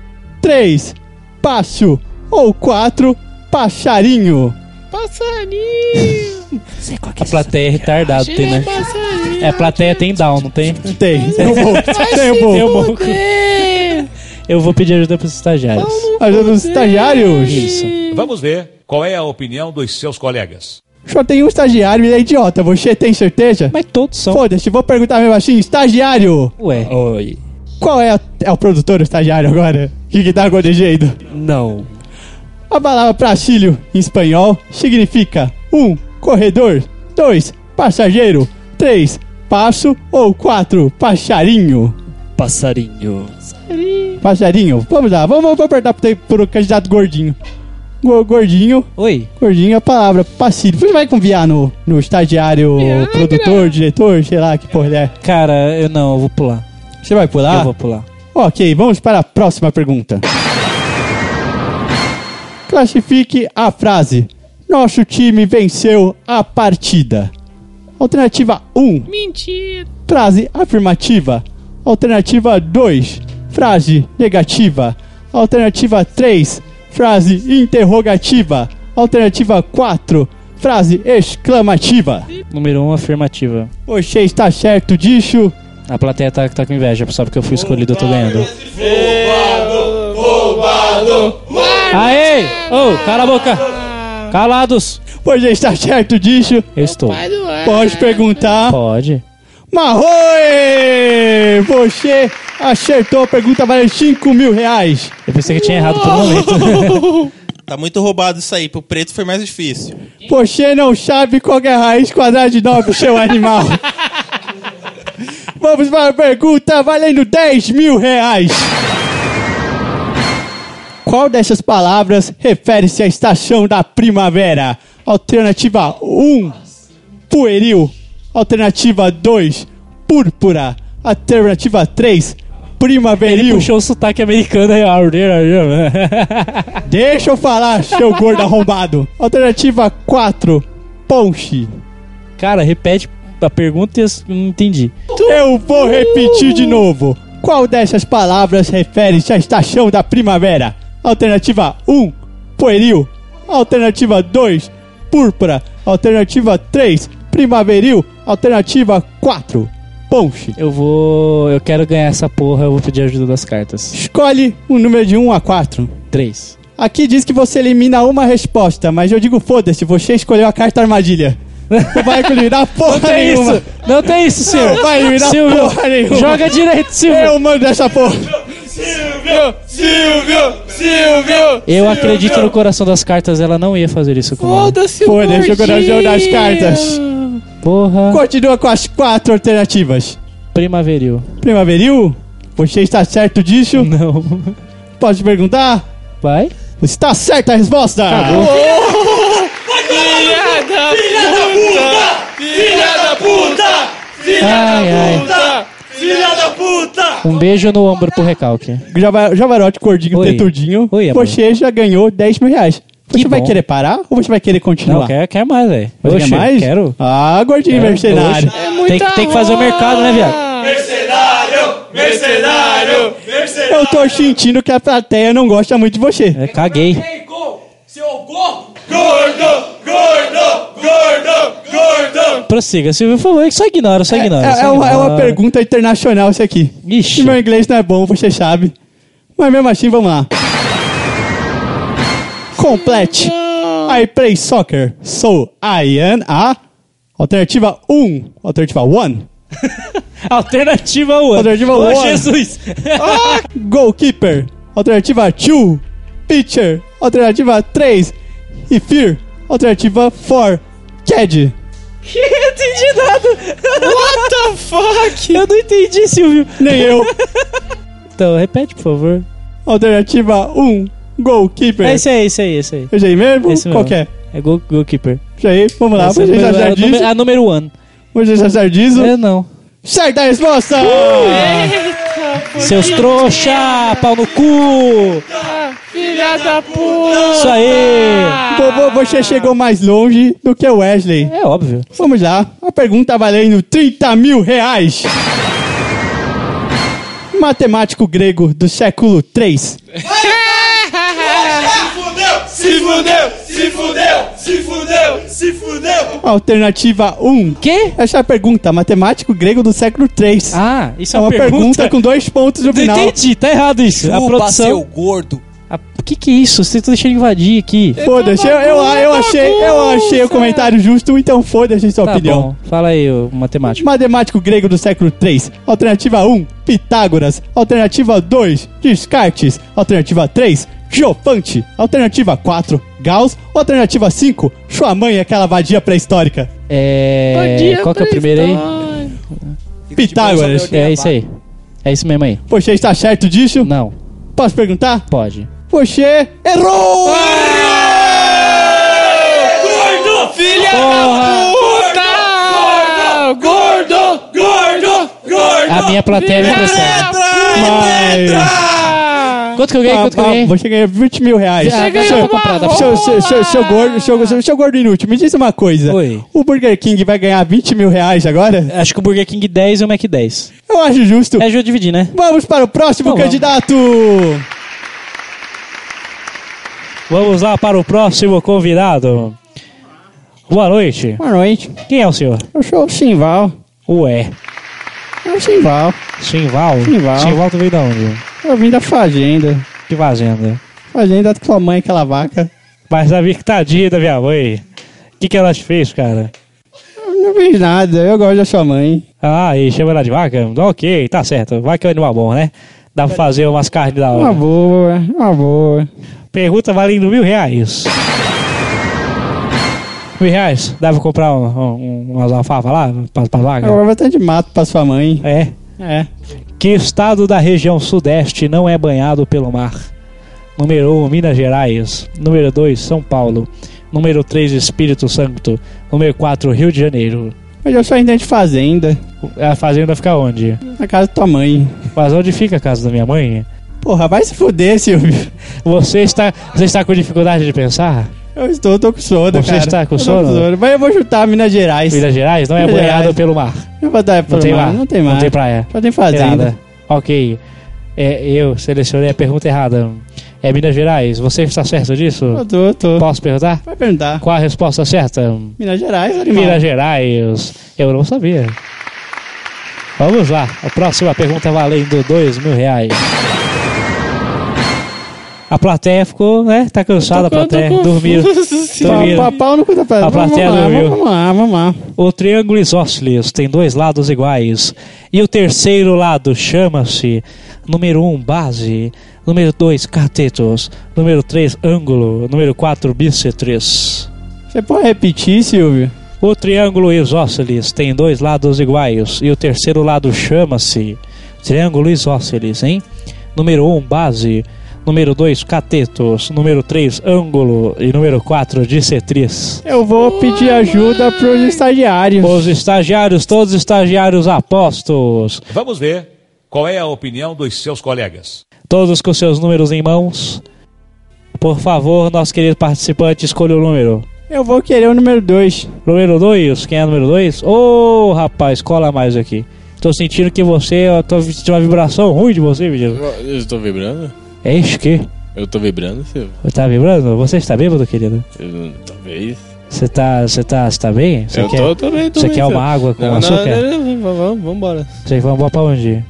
D: 3. Pássio. Ou 4. Passarinho.
M: Passarinho!
H: A plateia é retardada, tem, né?
M: Passarinho!
H: É, a plateia tem down, não tem?
D: Tem. Tem um pouco. Tem um
H: Tem um
D: pouco.
H: pouco. Eu vou pedir ajuda pros estagiários.
D: Ajuda os estagiários.
H: Isso.
B: Vamos ver qual é a opinião dos seus colegas.
D: Só tem um estagiário e ele é idiota. Você tem certeza?
H: Mas todos são.
D: Foda-se, vou perguntar mesmo assim. Estagiário.
H: Ué.
D: Oi. Qual é, a- é o produtor o estagiário agora? O que, que tá acontecendo? Não. A palavra praxilho em espanhol significa 1. Um, corredor 2. Passageiro 3. Passo ou 4. Passarinho.
G: Passarinho.
D: Passarinho, vamos lá, vamos, vamos apertar pro, pro candidato gordinho. Go- Gordinho.
H: Oi.
D: Gordinho é a palavra. Passivo. Você vai confiar no, no estagiário, produtor, diretor, sei lá que porra ele é.
H: Cara, eu não, eu vou pular.
D: Você vai pular?
G: Ah.
H: Eu vou pular.
D: Ok, vamos para a próxima pergunta. Classifique a frase. Nosso time venceu a partida. Alternativa 1.
M: Mentira!
D: Frase afirmativa. Alternativa 2. Frase negativa. Alternativa 3. Frase interrogativa. Alternativa 4. Frase exclamativa.
H: Número 1, um, afirmativa.
D: Você está certo disso?
H: A plateia tá, tá com inveja, só porque eu fui escolhido, eu tô ganhando. Aê! Ô, cala a boca! Calados!
D: Você está certo disso?
H: Eu estou.
D: Pode perguntar.
H: Pode.
D: Marroi! Você acertou a pergunta valendo 5 mil reais.
H: Eu pensei que tinha errado
D: por um momento.
I: Tá muito roubado isso aí. Pro preto foi mais difícil.
D: Você não sabe qual é a raiz quadrada de 9, seu animal. Vamos para a pergunta valendo 10 mil reais. Qual dessas palavras refere-se à estação da primavera? Alternativa 1, pueril. Alternativa 2, púrpura. Alternativa 3, primaveril. Ele puxou
H: o sotaque americano aí. né?
D: Deixa eu falar, seu gordo arrombado. Alternativa 4, ponche.
H: Cara, repete a pergunta e eu não entendi.
D: Eu vou repetir de novo. Qual dessas palavras refere-se à estação da primavera? Alternativa 1, pueril. Alternativa 2, púrpura. Alternativa 3, primaveril. Alternativa 4, ponche.
H: <laughs> Eu vou. Eu quero ganhar essa porra, eu vou pedir ajuda das cartas.
D: Escolhe um número de 1 a 4.
H: 3.
D: Aqui diz que você elimina uma resposta, mas eu digo foda-se, você escolheu a carta armadilha. Não vai eliminar porra
H: Não tem
D: nenhuma.
H: isso. Não tem isso, Silvio.
D: Não vai eliminar
H: Silvio,
D: porra nenhuma.
H: joga direito, Silvio.
D: Eu mando essa porra.
M: Silvio! Silvio! Silvio!
H: Eu acredito no coração das cartas, ela não ia fazer isso comigo.
M: Foda-se o
D: Foda-se o
M: gordinho.
D: coração das cartas.
H: Porra.
D: Continua com as quatro alternativas.
H: Primaveril.
D: Primaveril? Você está certo disso?
H: Não.
D: Posso te perguntar?
H: Vai. Tá
D: Está certa a resposta!
M: Filha da puta! Filha da puta!
H: Ai, ai.
M: puta! Filha da puta!
H: Um beijo no ombro pro recalque.
D: Java- Javarote, gordinho,
H: Oi.
D: tetudinho.
H: Oi, amor.
D: você já ganhou 10 mil reais. Você vai
H: bom.
D: querer parar ou você vai querer continuar?
H: Não, quer, quer mais, É velho.
D: Você quer mais?
H: Quero.
D: Ah, gordinho
H: Quero.
D: mercenário.
H: Oxe. tem, que, tem que fazer o mercado, né, viado?
M: Mercenário! Mercenário! Mercenário!
D: Eu tô sentindo que a plateia não gosta muito de você.
H: É, caguei.
M: Gordo! Gordo! Gordo! Gordo!
H: Prossiga, Silvio, por favor. Só ignora, só ignora.
D: É,
H: só
D: é uma, é uma
H: ignora.
D: pergunta internacional isso aqui. Ixi. Meu inglês não é bom, você sabe. Mas mesmo assim, vamos lá. Complete. I play soccer, so I am a... Alternativa 1. Alternativa 1.
H: Alternativa 1.
D: Alternativa 1.
H: Ô, oh, Jesus.
D: Ah! Goalkeeper. Alternativa 2. Pitcher. Alternativa 3. E fear. Alternativa 4, Chad.
P: <laughs> Eu entendi nada. What the fuck? Eu não entendi, Silvio.
D: Nem
P: <laughs>
D: eu.
P: Então, repete, por favor.
D: Alternativa 1, Goalkeeper.
P: É isso aí, isso aí, isso aí.
D: Esse aí mesmo?
P: Esse
D: Qual que é?
P: É goal, goalkeeper.
D: Isso aí, vamos lá.
P: Essa é
D: Vamos
P: a
D: deixar
P: número-
D: Jardizo.
P: a número 1.
D: Vamos deixar Jardizo.
P: Eu Uh! não.
D: é Certa a resposta!
P: Seus trouxa, pau no cu.
M: Filha da puta!
P: Isso aí!
D: Vovô, você chegou mais longe do que o Wesley.
P: É óbvio.
D: Vamos lá. A pergunta valendo 30 mil reais. Matemático grego do século 3.
M: Se fudeu! Se fudeu! Se fudeu! Se fudeu!
D: Alternativa 1.
P: Quê?
D: Essa é a pergunta. Matemático grego do século 3.
P: Ah, isso é
D: uma
P: uma
D: pergunta.
P: pergunta?
D: com dois pontos no
P: Não
D: final.
P: entendi, tá errado isso. a produção.
D: gordo.
P: O que que é isso? Vocês estão deixando invadir aqui.
D: Foda-se, eu, eu, eu achei, eu achei o comentário justo, então foda-se a sua
P: Tá
D: opinião.
P: bom, fala aí, ô, matemático.
D: Matemático grego do século 3. Alternativa 1, Pitágoras. Alternativa 2, Descartes. Alternativa 3, Jofante. Alternativa 4, Gauss. Alternativa 5, sua mãe é aquela vadia pré-histórica.
P: É. qual que é o primeiro aí?
D: Pitágoras.
P: É isso aí. É isso mesmo aí.
D: Você está certo disso?
P: Não.
D: Posso perguntar?
P: Pode.
D: Você errou!
M: Gordo! Filha da puta! Gordo! Gordo! Gordo!
P: A minha plateia me impressiona. Quanto que eu ganhei? Quanto que eu ganhei?
D: Tá, Você ganha 20 mil reais.
P: Ah, ganhou
D: seu,
P: uma roupa.
D: seu, seu, seu, seu gordo, seu, seu- seu gordo inútil, me diz uma coisa. O Burger King vai ganhar 20 mil reais agora?
P: Acho que o Burger King 10 e o Mac 10.
D: Eu acho justo.
P: É justo dividir, né?
D: Vamos para o próximo
P: Então vamos.
D: candidato.
H: Vamos lá para o próximo convidado. Boa noite.
L: Boa noite.
H: Quem é o senhor?
L: Eu sou o Simval.
H: Ué.
L: É o Simval.
H: Simval?
L: Simval.
H: Simval, tu veio da onde?
L: Eu vim da fazenda.
H: Que fazenda?
L: Fazenda da tua mãe, aquela vaca.
H: Mas a que tadinha da minha mãe. O que, que ela te fez, cara?
L: Eu não fiz nada, eu gosto da sua mãe.
H: Ah, e chama ela de vaca? Ok, tá certo. Vai que é um animal bom, né? Dá pra fazer umas carnes da
L: Uma
H: hora.
L: boa, uma boa.
H: Pergunta valendo mil reais. Mil reais? Dá pra comprar um, um, umas alfavas lá pra, pra vaca?
L: Agora vai estar de mato pra sua mãe.
H: É.
L: É.
H: Que estado da região sudeste não é banhado pelo mar? Número 1, Minas Gerais. Número 2, São Paulo. Número 3, Espírito Santo. Número 4, Rio de Janeiro.
L: Mas eu sou ainda de fazenda.
H: A fazenda fica onde?
L: Na casa da tua mãe.
H: Mas onde fica a casa da minha mãe?
L: Porra, vai se fuder, Silvio.
H: Você está, você está com dificuldade de pensar?
L: Eu estou, tô com sono,
H: Você
L: cara.
H: está com
L: Eu tô
H: sono?
L: Mas eu vou chutar Minas Gerais.
H: Minas Gerais não é
L: Minas
H: banhado
L: Gerais.
H: pelo mar.
L: Não, vai dar
H: Não
L: pra
H: tem
L: mar,
H: mar.
L: Não tem mar.
H: Não tem praia.
L: Só tem
H: Tem
L: fazenda.
H: nada. Ok. É, eu selecionei a pergunta errada. É Minas Gerais. Você está certo disso?
L: Eu tô, eu tô.
H: Posso perguntar?
L: Vai perguntar.
H: Qual a resposta certa?
L: Minas Gerais, animal.
H: Minas Gerais. Eu não sabia. Vamos lá. A próxima pergunta valendo dois mil reais. A plateia ficou, né? Tá cansada a
L: Tô- tô
H: plateia.
L: confuso.
H: Dormiram.
L: <laughs>
H: Dormiram.
L: Pau, pau, pau no cu da pedra.
H: A
L: Vamos
H: plateia
L: lá,
H: dormiu.
L: Vamos lá, vamos lá.
H: O triângulo isósceles tem dois lados iguais. E o terceiro lado chama-se número 1, um, base. Número 2, catetos. Número 3, ângulo. Número 4, bissetriz.
L: Você pode repetir, Silvio?
H: O triângulo isósceles tem dois lados iguais. E o terceiro lado chama-se triângulo isósceles, hein? Número 1, um, base. Número 2, catetos. Número 3, ângulo. E número 4, dissetriz.
L: Eu vou pedir ajuda pros estagiários.
H: Os estagiários, todos os estagiários apostos.
B: Vamos ver qual é a opinião dos seus colegas.
H: Todos com seus números em mãos. Por favor, nosso querido participante, escolha o número.
L: Eu vou querer o número 2.
H: Número 2, quem é o número 2? Ô, rapaz, cola mais aqui. Tô sentindo que você, eu tô sentindo uma vibração ruim de você, menino.
C: Eu estou vibrando?
H: É isso que?
C: Eu tô vibrando, Silvio?
H: Tá vibrando? Você está bêbado, querido?
C: Eu- Talvez.
H: Você tá, você tá, você tá bem? Você
C: eu
H: quer,
C: tô, tô bem, tô
H: você
C: bem,
H: quer
C: Silvio.
H: uma água com
C: Não, não,
H: açúcar?
C: não, não, não, vamos, vamos embora.
H: Vocês vão embora pra onde?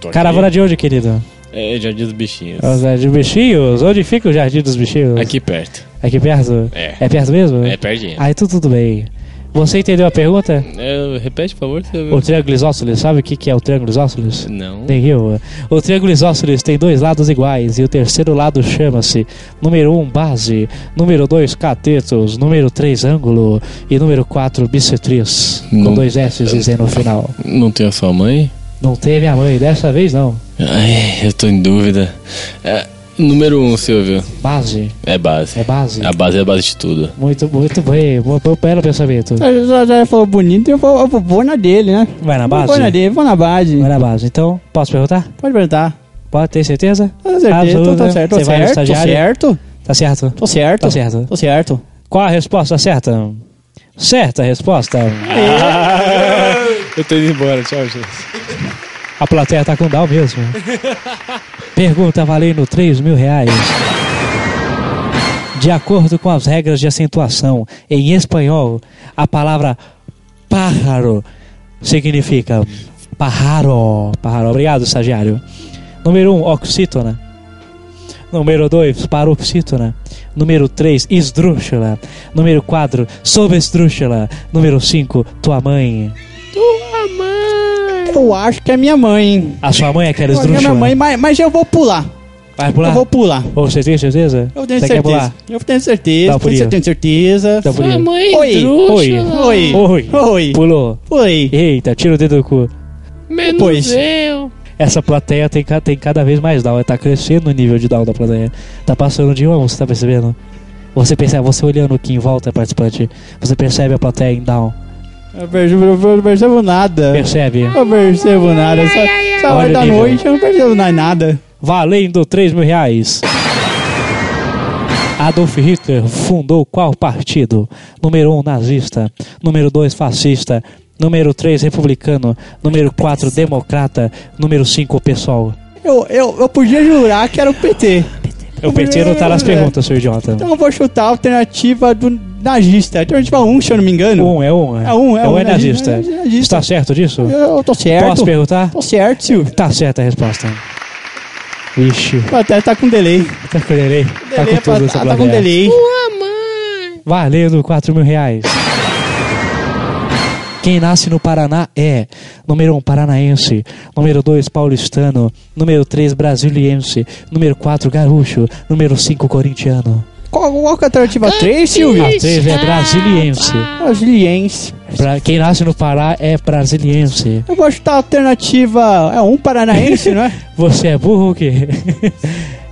C: Tô
H: Caravana
C: aqui.
H: de onde, querido?
C: É, Jardim dos Bichinhos.
H: O Jardim dos Bichinhos? Onde fica o Jardim dos Bichinhos?
C: Aqui perto.
H: Aqui perto?
C: É.
H: perto mesmo?
C: É pertinho.
H: Ah, então tudo bem. Você entendeu a pergunta?
C: É, repete, por favor. seu-
H: O triângulo isósceles, sabe o que que é o triângulo isósceles?
C: Não.
H: Nem eu. O triângulo isósceles tem dois lados iguais e o terceiro lado chama-se número 1, um, base, número 2, catetos, número 3, ângulo e número 4, bissetriz, com
C: Não.
H: dois S e Z no final.
C: Não tem a sua mãe?
H: Não teve a mãe, dessa vez não.
C: Ai, eu tô em dúvida. É, número um, Silvio.
H: Base.
C: É base.
H: É base.
C: A base é a base de tudo.
H: Muito, muito bem, bo- bo- belo pensamento.
D: Eu já, já falou bonito, eu vou, eu vou- vou na dele, né?
H: Vai na base?
D: Vou na dele, vou na base.
H: Vai na base. Então, posso perguntar?
D: Pode perguntar.
H: Pode ter certeza?
D: Com certeza,
H: Absoluta.
D: tá certo,
H: Você
D: tô
H: vai no
D: certo, tô
H: estagiário?
D: certo.
H: Tá certo?
D: Tô certo.
H: Tá certo.
D: Tô certo.
H: Qual a resposta certa? Certa resposta.
C: Eu tô indo embora, tchau, gente.
H: A plateia tá com down mesmo. Pergunta valendo 3 mil reais. De acordo com as regras de acentuação em espanhol, a palavra pájaro significa pájaro. pájaro. Obrigado, estagiário. Número 1, um, oxítona. Número 2, paroxítona. Número 3, esdrúxula. Número 4, sobrestrúxula. Número 5, tua mãe.
D: Tua mãe. Eu acho que é minha mãe. hein?
H: A sua mãe é aquela
D: Eu acho que é
H: esdrúxula?
D: minha mãe, mas, mas eu vou pular.
H: Vai pular?
D: Eu vou pular.
H: Ô, você tem certeza?
D: Eu tenho
H: Você quer
D: certeza.
H: pular? Tá, Então-
D: Eu tenho certeza.
H: Dá por
D: eu
H: ir.
D: tenho certeza.
H: Dá por ir.
D: Oi.
H: Tá Oi.
D: Oi.
H: Oi.
D: Oi.
H: Pulou.
D: Oi.
H: Eita, tira o dedo do cu.
D: Menos Pois.
Q: eu.
H: Essa plateia tem, ca- tem cada vez mais down. Tá crescendo o nível de down da plateia. Tá passando de um, você tá percebendo? Você percebe, você olhando aqui em volta, participante, você percebe a plateia em down.
D: Eu percebo- eu não percebo nada.
H: Percebe?
D: Eu percebo nada. Essa, essa
H: Olha
D: hora
H: o
D: da
H: nível.
D: noite eu não percebo mais nada.
H: Valendo 3 mil reais. Adolf Hitler fundou qual partido? Número 1, um, nazista. Número 2, fascista. Número 3, republicano. Número 4, democrata. Número 5, pessoal.
D: Eu, eu, eu podia jurar que era o PT.
H: O PT não tá nas perguntas, seu idiota.
D: Então eu vou chutar a alternativa do nazista. Alternativa 1, se eu não me engano.
H: Um, é um.
D: É um, é um.
H: é nazista.
D: nazista.
H: Está certo disso?
D: Eu tô certo.
H: Posso perguntar?
D: Tô certo, Silvio.
H: Tá certa a resposta. Vixe.
D: Até tá com delay.
H: Tá com delay. Tá
D: Delay,
H: com tudo essa
D: tá, tá com
H: plateia.
D: delay.
H: Valendo 4 mil reais. Quem nasce no Paraná é número 1 um, paranaense, número 2 paulistano, número 3 brasiliense, número 4 gaúcho, número 5 corintiano.
D: Qual, qual que é a alternativa 3, Silvio?
H: A 3 é brasiliense.
D: Brasiliense.
H: Pra- quem nasce no Pará é brasiliense.
D: Eu vou chutar a alternativa. É um paranaense, <laughs> não é?
H: Você é burro ou quê?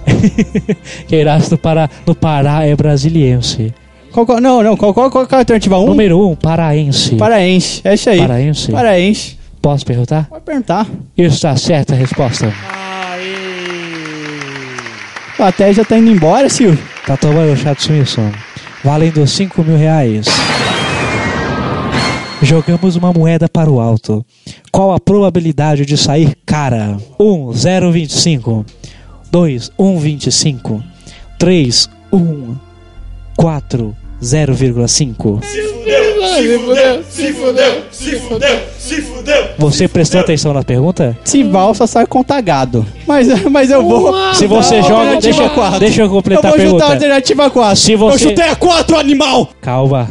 H: <laughs> Quem nasce no Pará, no Pará é brasiliense.
D: Qual, qual- não, não. Qual, qual, qual que é a alternativa 1?
H: Número 1, um, paraense.
D: Paraense. É isso aí.
H: Paraense?
D: Paraense.
H: Posso perguntar?
D: Pode perguntar.
H: Está certa a resposta.
D: Até já tá indo embora, Silvio.
H: Tá tomando chá de Swinson. Valendo 5 mil reais. Jogamos uma moeda para o alto. Qual a probabilidade de sair cara? 1, 0, 25. 2, 1, 25. 3, 1. 4, 0,5.
Q: Se fudeu, se fudeu, se fudeu, se fudeu.
H: Você prestou atenção na pergunta?
D: Se valsa, sai contagado. Mas, mas eu vou.
H: Se você
D: Eu vou
H: joga,
D: alternativa
H: deixa,
D: quatro.
H: deixa eu completar
D: Eu vou
H: a
D: chutar a
H: pergunta.
D: alternativa 4.
H: Se você-
D: Eu chutei a 4, animal!
H: Calma.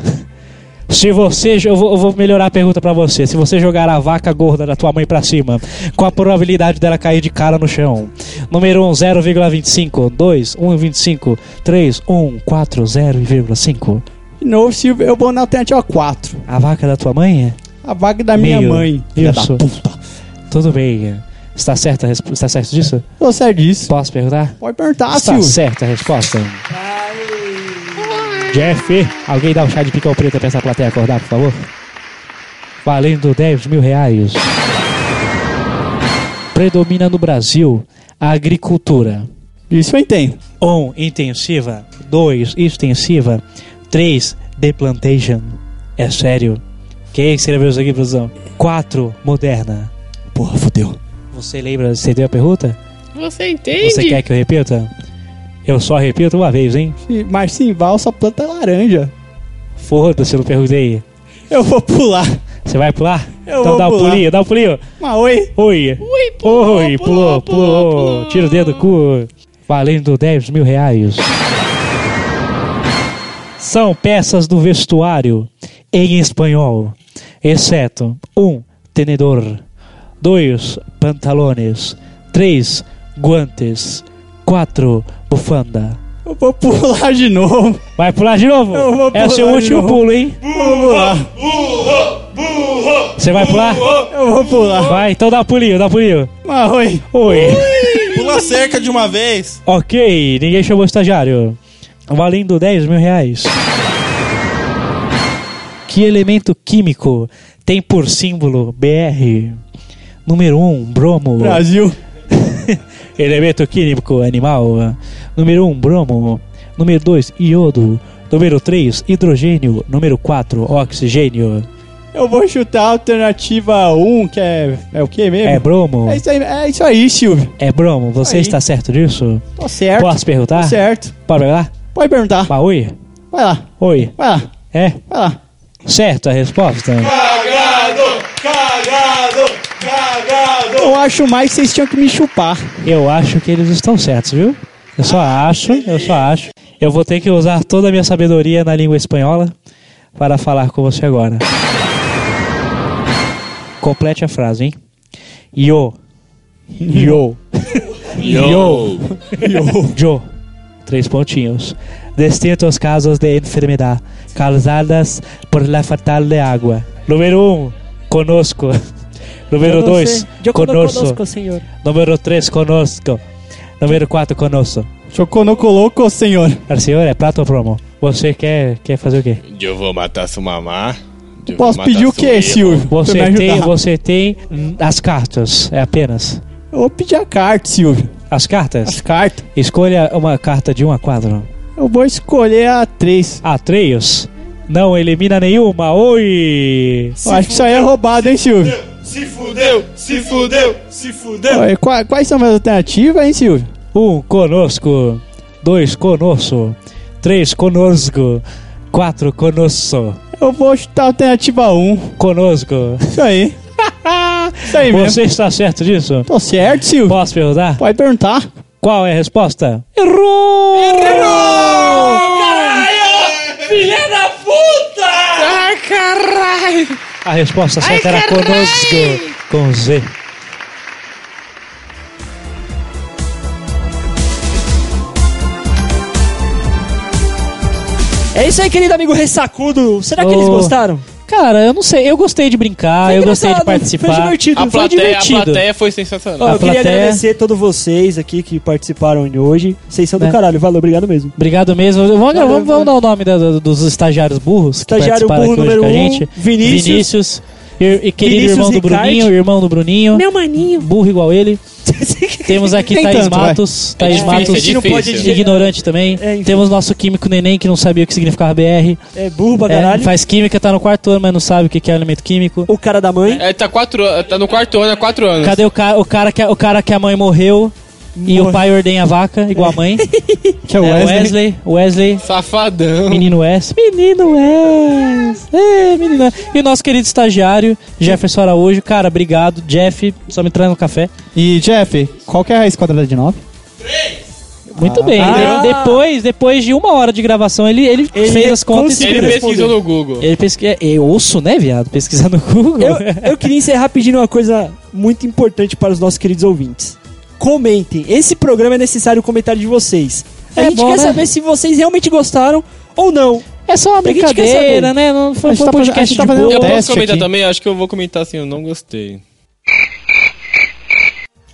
H: Se você. Eu vou, eu vou melhorar a pergunta pra você. Se você jogar a vaca gorda da tua mãe pra cima, qual a probabilidade dela cair de cara no chão? Número 1, 0,25. 2, 1,25. 3, 1, 4, 0,5.
D: De novo, Silvio, eu vou na alternativa 4.
H: A vaca da tua mãe?
D: A vaga da minha
H: Meio.
D: mãe. Filha da
H: Isso.
D: puta.
H: Tudo bem. Está certa a resp- Está certo disso?
D: Tô certo é disso.
H: Posso perguntar?
D: Pode perguntar,
H: Está
D: Silvio.
H: Tá certa a resposta. Jeff, alguém dá um chá de picão preto pra essa plateia acordar, por favor? Valendo 10 mil reais. Predomina no Brasil a agricultura.
D: Isso eu entendo.
H: 1. Um, intensiva. 2. Extensiva. 3. The plantation. É sério? Quem escreveu isso aqui, produção? 4. Moderna.
D: Porra, fodeu.
H: Você lembra, você deu a pergunta?
R: Você entende?
H: Você quer que eu repita? Eu só repito uma vez, hein?
D: Se- Mas se valsa, planta laranja.
H: Foda-se, eu não perguntei.
D: Eu vou pular.
H: Você vai pular?
D: Eu
H: então
D: vou
H: dá um
D: pular.
H: pulinho, dá um pulinho.
D: Mas oi.
H: Oi. Oi, pulou, Oi, pulou, pulou, Tira o dedo do cu. Valendo 10 mil reais. São peças do vestuário em espanhol, exceto um tenedor, dois pantalones, três guantes, quatro bufanda.
D: Eu vou pular de novo.
H: Vai pular de novo?
D: Eu vou
H: é o seu
D: pular de
H: último
D: novo.
H: pulo, hein?
D: Vamos lá.
H: Você vai pular?
D: Eu vou pular.
H: Vai, então dá um pulinho, dá um pulinho.
D: Ah, oi.
H: Oi.
I: Pula cerca de uma vez.
H: Ok, ninguém chamou o estagiário. Valendo 10 mil reais. Que elemento químico tem por símbolo BR? Número 1, um, bromo.
D: Brasil.
H: <laughs> elemento químico animal. Número 1, um, bromo. Número 2, iodo. Número 3, hidrogênio. Número 4, oxigênio.
D: Eu vou chutar a alternativa 1, que é. É o que mesmo?
H: É bromo.
D: É isso aí, é isso aí Silvio.
H: É bromo, você
D: Aí.
H: está certo disso?
D: Tô certo.
H: Posso perguntar?
D: Tô certo.
H: Pode perguntar?
D: Pode perguntar.
H: Bah, oi?
D: Vai lá.
H: Oi?
D: Vai lá.
H: É?
D: Vai lá.
H: Certo a resposta?
M: Cagado, cagado, cagado.
D: Eu acho mais que vocês tinham que me chupar.
H: Eu acho que eles estão certos, viu? Eu só acho, eu só acho. Eu vou ter que usar toda a minha sabedoria na língua espanhola para falar com você agora. Complete a frase, hein? Yo. Yo.
M: Yo.
H: Yo. Yo. Três pontinhos. Distintos casos de enfermidade causadas por la fatal de água. Número um, conosco. Número
G: Eu não
H: dois,
G: sei. Eu
H: conosco.
G: conosco, senhor.
H: Número 3, conosco. Número 4, conosco.
D: Choconocoloco, senhor.
H: Cara, senhor, é prato ou promo? Você quer, quer fazer o quê?
I: Eu vou matar sua mamá. Eu vou
D: Posso
I: matar
D: pedir o
I: sua
D: quê,
I: irmã.
D: Silvio? Pra me
H: Você
D: ajudar.
H: tem, você tem hum, as cartas, é apenas.
D: Eu vou pedir a carta, Silvio.
H: As cartas?
D: As cartas.
H: Escolha uma carta de 1 a 4.
D: Eu vou escolher a 3.
H: A 3? Não elimina nenhuma. Oi!
D: Eu acho que isso aí é roubado, hein, Silvio?
M: Se fudeu, se fudeu, se fudeu.
D: Ué, qua- Quais são as alternativas, hein, Silvio?
H: 1 um, conosco. 2 conosco. 3 conosco. 4 conosco.
D: Eu vou chutar a alternativa 1.
H: Conosco.
D: Isso aí. Isso aí É mesmo.
H: Você está certo disso?
D: Tô certo, Silvio.
H: Posso perguntar?
D: Pode perguntar.
H: Qual é a resposta?
M: Errou! Errou! Caralho! Filha da puta! Ah, caralho!
H: A resposta certa
M: Ai,
H: era
M: caralho!
H: conosco com Z.
G: É isso aí, querido amigo ressacudo. Será que eles
H: Ô.
G: gostaram?
H: Cara, eu não sei, eu gostei de brincar, Ah, eu gostei de
G: engraçado,
H: participar.
G: foi divertido,
I: A
G: foi
I: plateia, a
G: divertido.
I: plateia foi
G: Ó,
I: sensacional.
G: eu
H: A
G: queria
H: plateia.
G: agradecer todos vocês aqui que participaram de hoje. Vocês são do
H: Né?
G: caralho, valeu, obrigado mesmo.
H: Obrigado mesmo. Vamos,
G: Valeu,
H: vamos- vamos dar o nome da- da- dos estagiários burros
G: Estagiário
H: que participaram
G: burro
H: aqui hoje
G: número
H: com a
G: um,
H: gente.
G: Vinícius.
H: Vinícius e, e querido
G: Vinícius
H: irmão do
G: Ricardo.
H: Bruninho, irmão do Bruninho.
G: Meu maninho. <laughs>
H: Burro igual ele. Temos aqui
D: Nem
H: Thaís
D: tanto, vai.
H: Matos.
D: É
H: Thaís
D: difícil,
H: Matos.
D: é difícil.
H: ignorante também.
G: É, enfim.
H: Temos nosso químico neném que não sabia o que significava BR.
G: É burro pra
H: É,
G: caralho.
H: faz química, tá no quarto ano, mas não sabe o que que é elemento químico.
G: O cara da mãe.
I: É, tá, quatro, an- tá no quarto ano, há quatro anos.
H: Cadê o, ca o, cara que a, o cara que a mãe morreu e o pai ordenha a vaca, igual a mãe?
D: Que é o
H: É,
D: Wesley.
H: Wesley. Wesley.
I: Safadão.
H: Menino S. Menino S. É, menino S. E o nosso querido estagiário, Jefferson Araújo. Cara, obrigado. Jeff, só me traz um café.
L: E, Jeff, qual que é a raiz quadrada de 9?
H: Muito bem.
L: Ah.
H: De- Depois, depois de uma hora de gravação, ele, ele,
G: Ele
H: fez as contas
G: conseguiu
H: e
I: Ele pesquisou no Google.
H: Ele pesquisa. Eu ouço, né, viado? Pesquisar no Google.
G: Eu, eu queria encerrar pedindo uma coisa muito importante para os nossos queridos ouvintes. Comentem. Esse programa é necessário o comentário de vocês. A
H: É
G: gente
H: bom,
G: quer
H: né?
G: saber se vocês realmente gostaram ou não.
H: É só uma
G: A gente quer
H: brincadeira,
G: saber.
H: né? Não
L: A
H: foi,
L: gente
H: foi um
L: tá fazendo- a
H: podcast
L: gente tá
H: de
L: fazendo
H: boa.
L: um
I: Eu
L: Teste
I: posso comentar
L: aqui.
I: também? Acho que eu vou comentar assim, eu não gostei.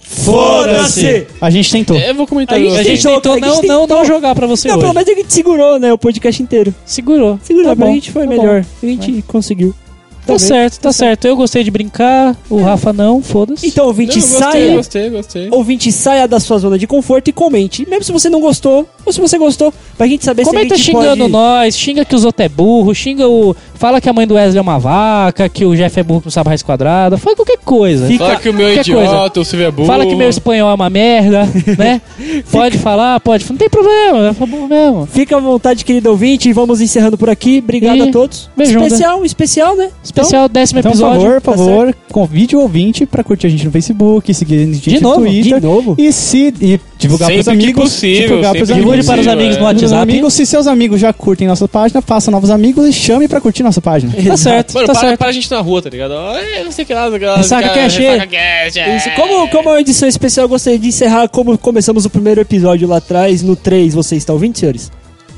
G: Foda-se!
L: A gente tentou.
I: É, eu vou comentar.
G: A gente
I: eu
H: A
I: achei.
H: gente tentou
G: A gente
H: não, não,
G: tentou.
H: não jogar pra você
G: não,
H: hoje.
G: pelo menos a gente segurou, né? O podcast inteiro.
H: Segurou.
G: Segurou,
H: Tá
G: pra
H: bom,
G: gente foi
H: tá
G: melhor.
H: bom.
G: A gente conseguiu.
H: Tá
G: Talvez. É.
H: certo, tá certo. Eu gostei de brincar, o Rafa não, foda-se.
G: Então, ouvinte,
I: Não, eu
G: saia.
I: gostei, gostei, gostei.
G: Ouvinte, saia da sua zona de conforto e comente. Mesmo se você não gostou, ou se você gostou, pra gente saber se
H: Comenta
G: a gente
H: xingando
G: pode...
H: nós, xinga que os outros é burro, xinga o. Fala que a mãe do Wesley é uma vaca, que o Jeff é burro que não sabe raiz quadrada, fala qualquer coisa.
I: Fala que o meu é
H: Qualquer
I: idiota,
H: coisa.
I: o Silvio é burro.
H: Fala que meu espanhol é
G: <laughs>
H: uma merda, né? Pode falar, pode. Não tem problema, é bom mesmo.
G: Fica à vontade, querido ouvinte, e vamos encerrando por aqui. Obrigado
H: E
G: a todos.
H: beijão,
G: especial, especial, né?
H: é
F: especial décimo
D: então,
F: episódio.
D: por favor,
F: tá
D: por favor, convide o ouvinte pra curtir a gente no Facebook, seguir a gente
F: De
D: no
G: Então,
F: novo, de
D: Twitter.
F: novo?
D: E se e divulgar
F: Sempre
D: pros amigos.
F: que possível,
D: divulgar pros
F: sempre
D: amigos.
F: que possível, Divulgue para os amigos é. no WhatsApp.
D: Amigos, se seus amigos já curtem nossa página, faça novos amigos e chame pra curtir nossa página.
F: Tá certo,
C: Mano,
F: tá
C: para,
F: certo.
C: para a gente na rua, tá ligado? Ó, é, não sei o que lá, não sei o que lá.
G: Ressaca
C: cara,
G: Cash, é.
C: Ressaca Cash, é.
G: Isso. Como, como é uma edição especial, eu gostaria de encerrar como começamos o primeiro episódio lá atrás, no 3. Você está ouvindo, senhores?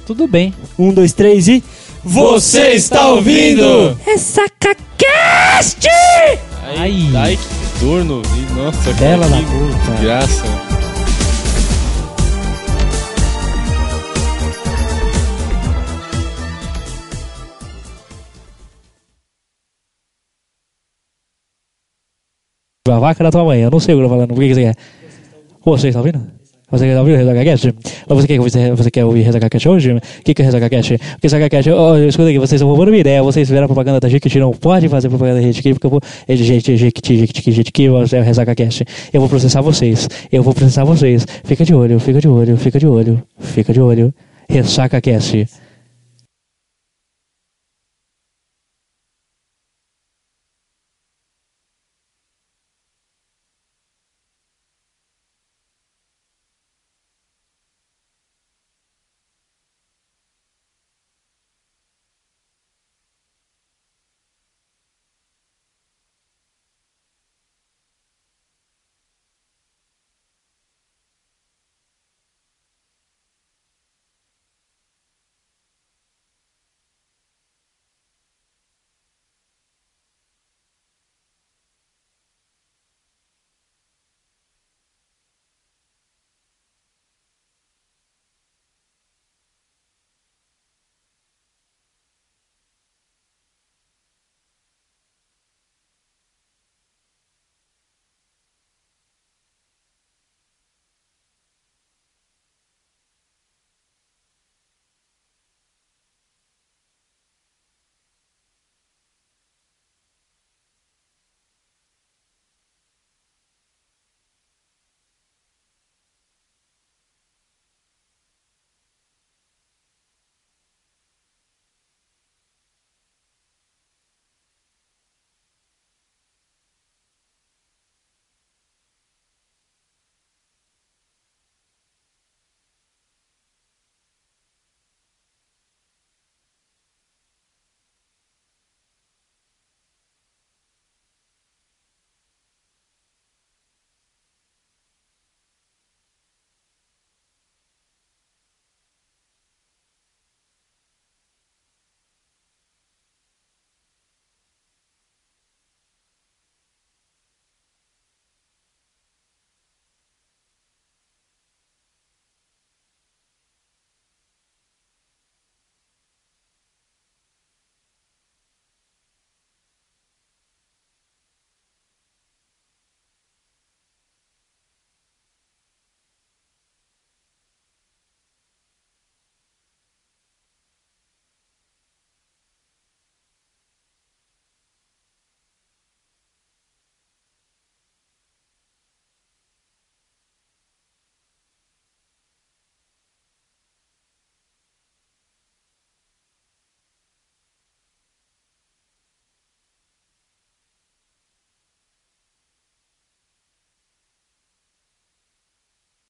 F: Tudo bem.
G: Um, dois, três e.
C: Você está ouvindo?
J: É Ressaca Cast!
C: Ai, ai, que turno. Ih, Nossa,
J: Bela
C: que horrível. Que graça.
H: A vaca da tua mãe, eu não sei o que eu tô falando, o que que você quer? Você está ouvindo? Você quer ouvir Rezaga Cash? Ou você quer, você, você quer ouvir Rezaga Cash hoje? O que, que é Rezaga Cash? Porque Rezaga Cash, oh, escuta aqui, vocês estão roubando minha ideia, vocês fizeram propaganda da Jequiti, não pode fazer propaganda da Jequiti, porque eu vou. é, Jequiti, Jequiti, Jequiti, Jequiti, você é Rezaga Cash. Eu vou processar vocês, eu vou processar vocês. Fica de olho, fica de olho, fica de olho, fica de olho. Ressaca Cash.